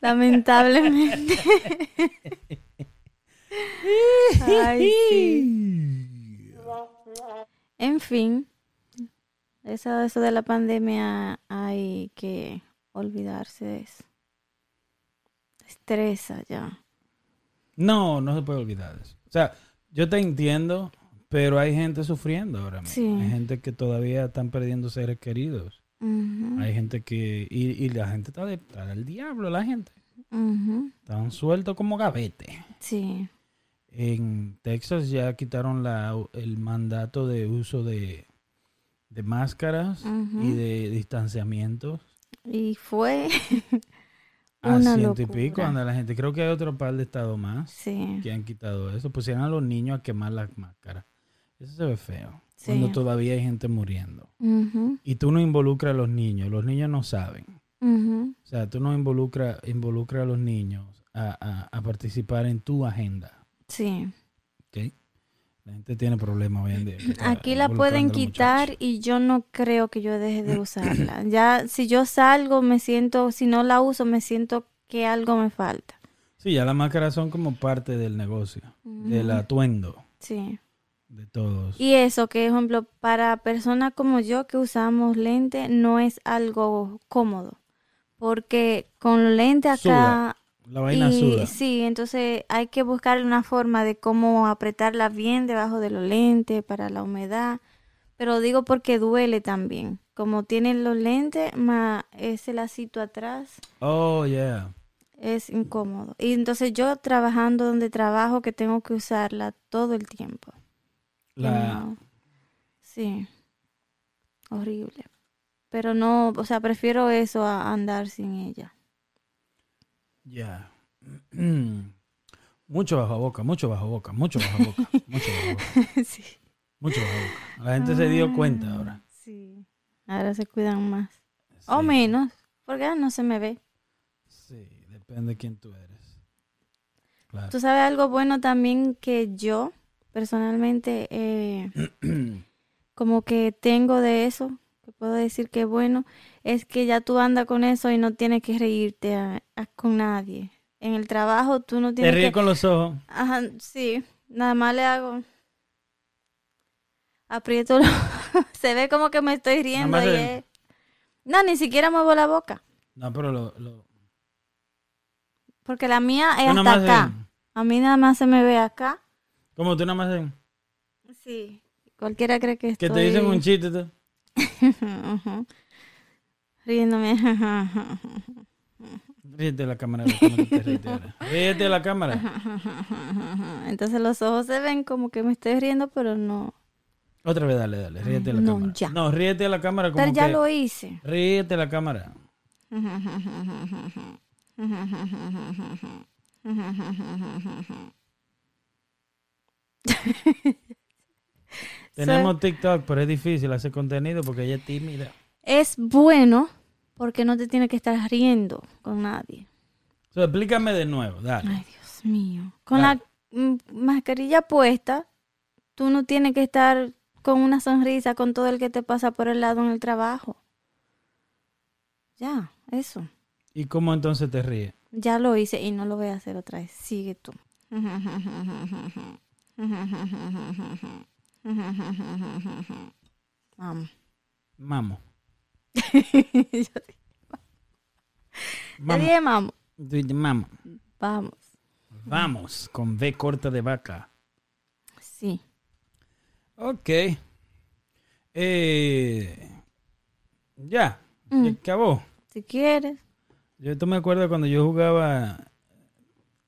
S2: Lamentablemente. Ay, sí. En fin, eso, eso de la pandemia hay que olvidarse de eso. Estresa ya.
S1: No, no se puede olvidar eso. O sea, yo te entiendo, pero hay gente sufriendo ahora mismo.
S2: Sí.
S1: Hay gente que todavía están perdiendo seres queridos.
S2: Ujú,
S1: Hay gente que... Y, y la gente está, de, está del diablo, la gente.
S2: ujú,
S1: Están sueltos como gavete.
S2: Sí.
S1: En Texas ya quitaron la, el mandato de uso de, de máscaras
S2: Ujú.
S1: y de distanciamientos.
S2: Y fue
S1: A
S2: una
S1: ciento y pico
S2: locura.
S1: anda la gente. Creo que hay otro par de estados más
S2: Sí.
S1: que han quitado eso. Pusieron a los niños a quemar las máscaras. Eso se ve feo.
S2: Sí.
S1: Cuando todavía hay gente muriendo.
S2: Ujú,
S1: Y tú no involucras a los niños. Los niños no saben.
S2: ujú,
S1: O sea, tú no involucras involucra a los niños a, a- a participar en tu agenda.
S2: Sí.
S1: ¿ok? La gente tiene problemas hoy en día. que está
S2: Aquí la
S1: involucrando
S2: pueden
S1: a los
S2: quitar
S1: muchachos.
S2: y yo no creo que yo deje de usarla. Ya, si yo salgo, me siento, si no la uso, me siento que algo me falta.
S1: Sí, ya las máscaras son como parte del negocio, del
S2: Ujú.
S1: atuendo
S2: Sí.
S1: de todos.
S2: Mm. Y eso, que ejemplo, para personas como yo que usamos lente, no es algo cómodo. Porque con los lentes acá.
S1: la vaina suda.
S2: y, sí, entonces hay que buscar una forma de cómo apretarla bien debajo de los lentes para la humedad. Pero digo porque duele también. Como tienen los lentes, más ese lacito atrás
S1: Oh, yeah.
S2: es incómodo. Y entonces yo trabajando donde trabajo, que tengo que usarla todo el tiempo. que
S1: La,
S2: no. Sí. Horrible. Pero no, o sea, prefiero eso a andar sin ella.
S1: yeah. mucho bajo boca, mucho bajo boca, mucho bajo boca, mucho bajo boca,
S2: sí.
S1: mucho bajo boca. La gente se dio cuenta ahora.
S2: Sí. Ahora se cuidan más. O
S1: Sí,
S2: menos, porque ah, no se me ve.
S1: Sí, depende de quién tú eres. Claro.
S2: Tú sabes algo bueno también que yo personalmente eh, como que tengo de eso, que puedo decir que bueno, es que ya tú andas con eso y no tienes que reírte a- a- con nadie. En el trabajo tú no
S1: Te
S2: tienes que...
S1: ríes con los ojos.
S2: Ajá, sí, nada más le hago. Aprieto los... Se ve como que me estoy riendo
S1: más
S2: y
S1: se-
S2: es- No, ni siquiera muevo la boca,
S1: No, pero lo... lo...
S2: porque la mía
S1: tú
S2: es
S1: nada
S2: hasta
S1: más
S2: acá.
S1: en-
S2: A mí nada más se me ve acá.
S1: como tú nada más en-
S2: Sí. Cualquiera cree que
S1: que
S2: estoy...
S1: te dicen un chiste. tú-
S2: Ujú. Riéndome.
S1: Ríete de la cámara. la cámara te ríete ahora. Ríete de la cámara.
S2: Entonces los ojos se ven como que me estoy riendo, pero no.
S1: Otra vez, dale, dale. Ríete de la
S2: no,
S1: cámara.
S2: ya.
S1: No, ríete de la cámara como
S2: Pero ya
S1: que...
S2: lo hice.
S1: Ríete de la cámara. Tenemos TikTok, pero es difícil hacer contenido porque ella es tímida.
S2: es bueno porque no te tiene que estar riendo con nadie.
S1: So, explícame de nuevo, dale.
S2: Ay, Dios mío. Con
S1: Claro.
S2: la mm, mascarilla puesta, tú no tienes que estar con una sonrisa con todo el que te pasa por el lado en el trabajo. Ya, eso.
S1: ¿Y cómo entonces te ríes?
S2: Ya lo hice y no lo voy a hacer otra vez. Sigue tú. Vamos.
S1: Mamo.
S2: Yo te
S1: Mamo.
S2: dije, vamos.
S1: Tú dices, Mamo.
S2: Vamos.
S1: Vamos, con V corta de vaca.
S2: Sí.
S1: Ok. Eh, ya,
S2: Mm.
S1: se acabó.
S2: Si quieres.
S1: Yo esto me acuerdo cuando yo jugaba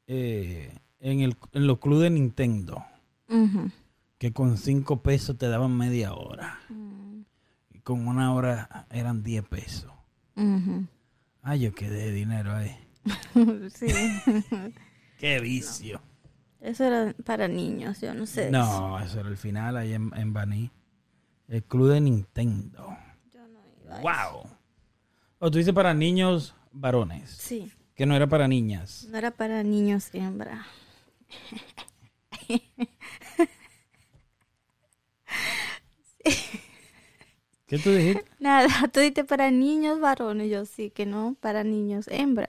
S1: eh, en, el, en los clubes de Nintendo,
S2: Ujú.
S1: que con cinco pesos te daban media hora.
S2: Mm,
S1: Y con una hora eran 10 pesos.
S2: ujú.
S1: Ay, yo quedé dinero ahí.
S2: sí.
S1: Qué vicio.
S2: Eso era para niños, yo no sé. eso.
S1: No, eso era el final ahí en, en Baní. El club de Nintendo.
S2: Yo no iba a eso.
S1: Wow. O tú dices para niños varones,
S2: Sí,
S1: que no era para niñas.
S2: no era para niños hembra.
S1: ¿Qué tú dijiste?
S2: Nada, tú dijiste para niños varones, yo sí que no, para niños hembra.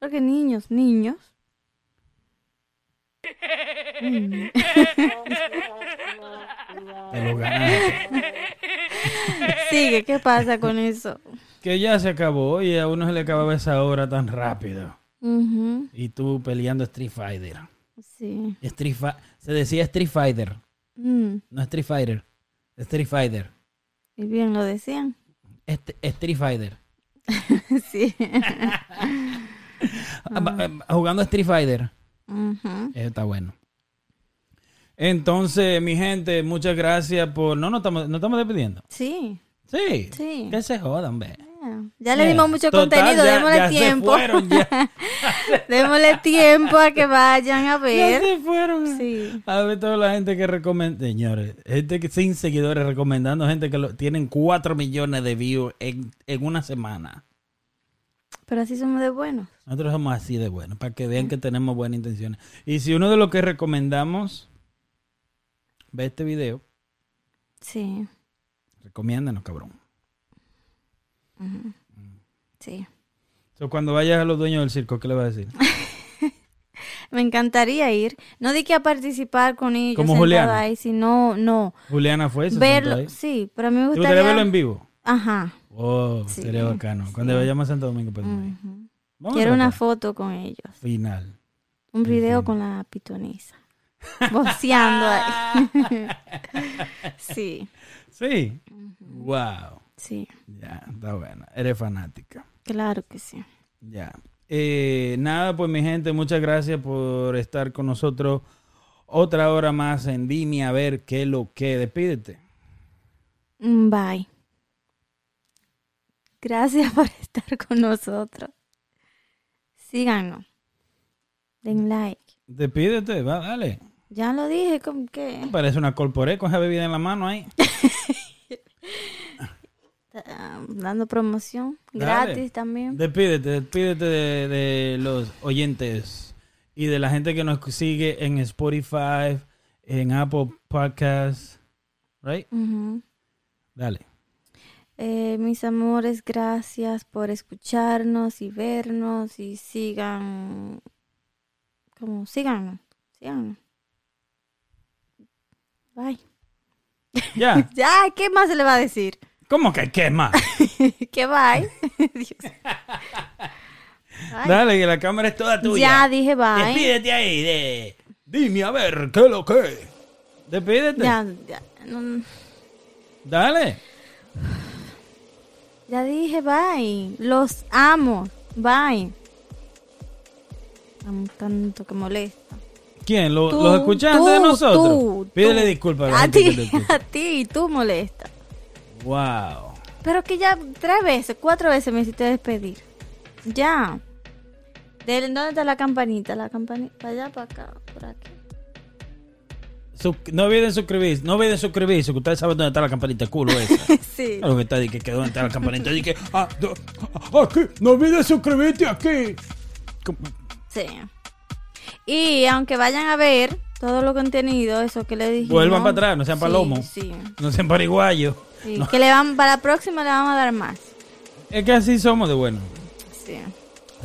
S2: Porque niños, niños. Mm.
S1: Te lo ganaste.
S2: Sigue, ¿qué pasa con eso?
S1: Que ya se acabó y a uno se le acababa esa obra tan rápido.
S2: Ujú,
S1: Y tú peleando Street Fighter.
S2: Sí.
S1: Street Fi- se decía Street Fighter,
S2: Mm,
S1: no Street Fighter. Street Fighter.
S2: Y bien lo decían.
S1: Este- Street Fighter.
S2: sí.
S1: Ah, ba- eh, Jugando Street Fighter.
S2: Ujú.
S1: Eso está bueno. Entonces, mi gente, muchas gracias por... No, no estamos, no estamos despidiendo.
S2: Sí,
S1: Sí.
S2: sí.
S1: Que se jodan, ve. Eh,
S2: Ya. Ya le dimos mucho
S1: Total,
S2: contenido,
S1: ya-
S2: démosle
S1: ya se
S2: tiempo.
S1: fueron, ya.
S2: Démosle tiempo a que vayan a
S1: Ya
S2: ver.
S1: se fueron.
S2: Sí.
S1: A ver toda la gente que recomienda, señores, gente que sin seguidores recomendando gente que lo, tienen 4 millones de views en, en una semana.
S2: Pero así somos de buenos.
S1: Nosotros somos así de buenos, para que vean que tenemos buenas intenciones. Y si uno de los que recomendamos ve este video,
S2: Sí.
S1: recomiéndanos, cabrón.
S2: Ujú. Sí.
S1: So, cuando vayas a los dueños del circo, ¿qué le vas a decir?
S2: Me encantaría ir. No di que a participar con ellos.
S1: Como
S2: sentada
S1: Juliana.
S2: ahí, sino, no.
S1: Juliana fue, se sentó ahí.
S2: Verlo, sí, pero a mí me
S1: ¿Te
S2: gustaría.
S1: gustaría verlo en vivo?
S2: Ajá.
S1: Oh,
S2: Sí,
S1: sería bacano. Cuando
S2: sí.
S1: vayamos a Santo Domingo, pues, ahí.
S2: Ujú.
S1: Vamos a
S2: Quiero una
S1: tratar.
S2: foto con ellos.
S1: Final.
S2: Un video con la pitonisa. Boceando ahí. sí,
S1: Sí. Wow.
S2: sí.
S1: Ya, está buena. Eres fanática.
S2: Claro que sí.
S1: Ya. Eh, nada, pues mi gente, muchas gracias por estar con nosotros otra hora más en Dime a ver qué lo que. Despídete.
S2: Mm, Bye. Gracias por estar con nosotros. Síganos. Den like.
S1: Despídete, va, dale.
S2: Ya lo dije, como que.
S1: Parece una corporé con esa bebida en la mano ahí.
S2: ah, dando promoción.
S1: Dale.
S2: Gratis también.
S1: Despídete, despídete de, de los oyentes y de la gente que nos sigue en Spotify, en Apple Podcasts. Right?
S2: Ujú.
S1: Dale.
S2: Eh, mis amores, gracias por escucharnos y vernos y sigan, como síganos, síganos. Bye.
S1: Ya.
S2: Ya, ¿qué más se le va a decir?
S1: ¿Cómo que qué más?
S2: que bye. Dios. Bye.
S1: Dale, que la cámara es toda tuya.
S2: Ya dije bye.
S1: Despídete ahí de. Dime a ver, ¿qué lo que? Despídete.
S2: Ya, ya, no,
S1: Dale.
S2: ya dije bye. Los amo. Bye. Amo tanto que molesta.
S1: ¿Quién? ¿Lo-
S2: Tú,
S1: ¿Los escuchantes de
S2: tú,
S1: nosotros?
S2: tú,
S1: Pídele
S2: tú.
S1: disculpas a la
S2: A
S1: gente que
S2: ti,
S1: te escucha.
S2: a ti, tú molesta.
S1: Wow.
S2: Pero que ya tres veces, cuatro veces me hiciste despedir. Ya. Del- ¿Dónde está la campanita? La campanita, para allá, para acá, por aquí.
S1: Sus- no olviden suscribirse, no olviden suscribirse, que ustedes saben dónde está la campanita culo esa.
S2: Sí.
S1: Claro que está, di que que dónde está la campanita, di que, ah, do- ah, aquí, no olviden suscribirte aquí. Com-
S2: Sí. Y aunque vayan a ver todo lo contenido, eso que le dije.
S1: Vuelvan para atrás, no sean
S2: Sí,
S1: palomos.
S2: Sí.
S1: No sean pariguayos.
S2: sí.
S1: No,
S2: Que le van, para la próxima le vamos a dar más.
S1: es que así somos de bueno.
S2: Sí.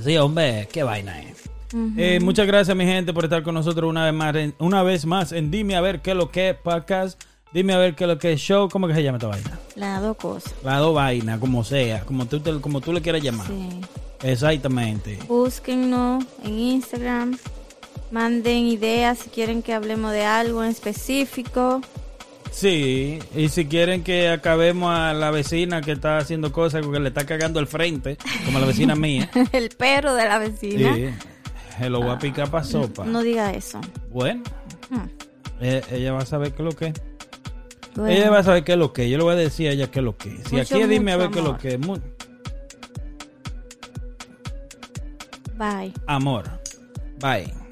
S1: Sí, hombre, qué vaina es.
S2: Ujú.
S1: Eh, muchas gracias, mi gente, por estar con nosotros una vez más en, una vez más en Dime a ver qué lo que podcast. Dime a ver qué lo que show. ¿Cómo que se llama esta vaina?
S2: Las dos cosas.
S1: La do vaina, como sea, como tú, te- como tú le quieras llamar.
S2: Sí.
S1: Exactamente.
S2: Búsquennos en Instagram. Manden ideas si quieren que hablemos de algo en específico.
S1: Sí, y si quieren que acabemos a la vecina que está haciendo cosas que le está cagando el frente, como la vecina mía.
S2: El perro de la
S1: Sí,
S2: vecina.
S1: se lo voy a picar para sopa.
S2: Ah. No diga eso.
S1: Bueno,
S2: Hmm.
S1: eh, ella va a saber qué es lo que es.
S2: Bueno,
S1: Ella va a saber qué es lo que. es. Yo le voy a decir a ella qué es lo que. es. Si
S2: Mucho,
S1: aquí dime a ver
S2: mucho
S1: qué es lo
S2: amor.
S1: que. es. Mu-
S2: Bye.
S1: Amor. Bye.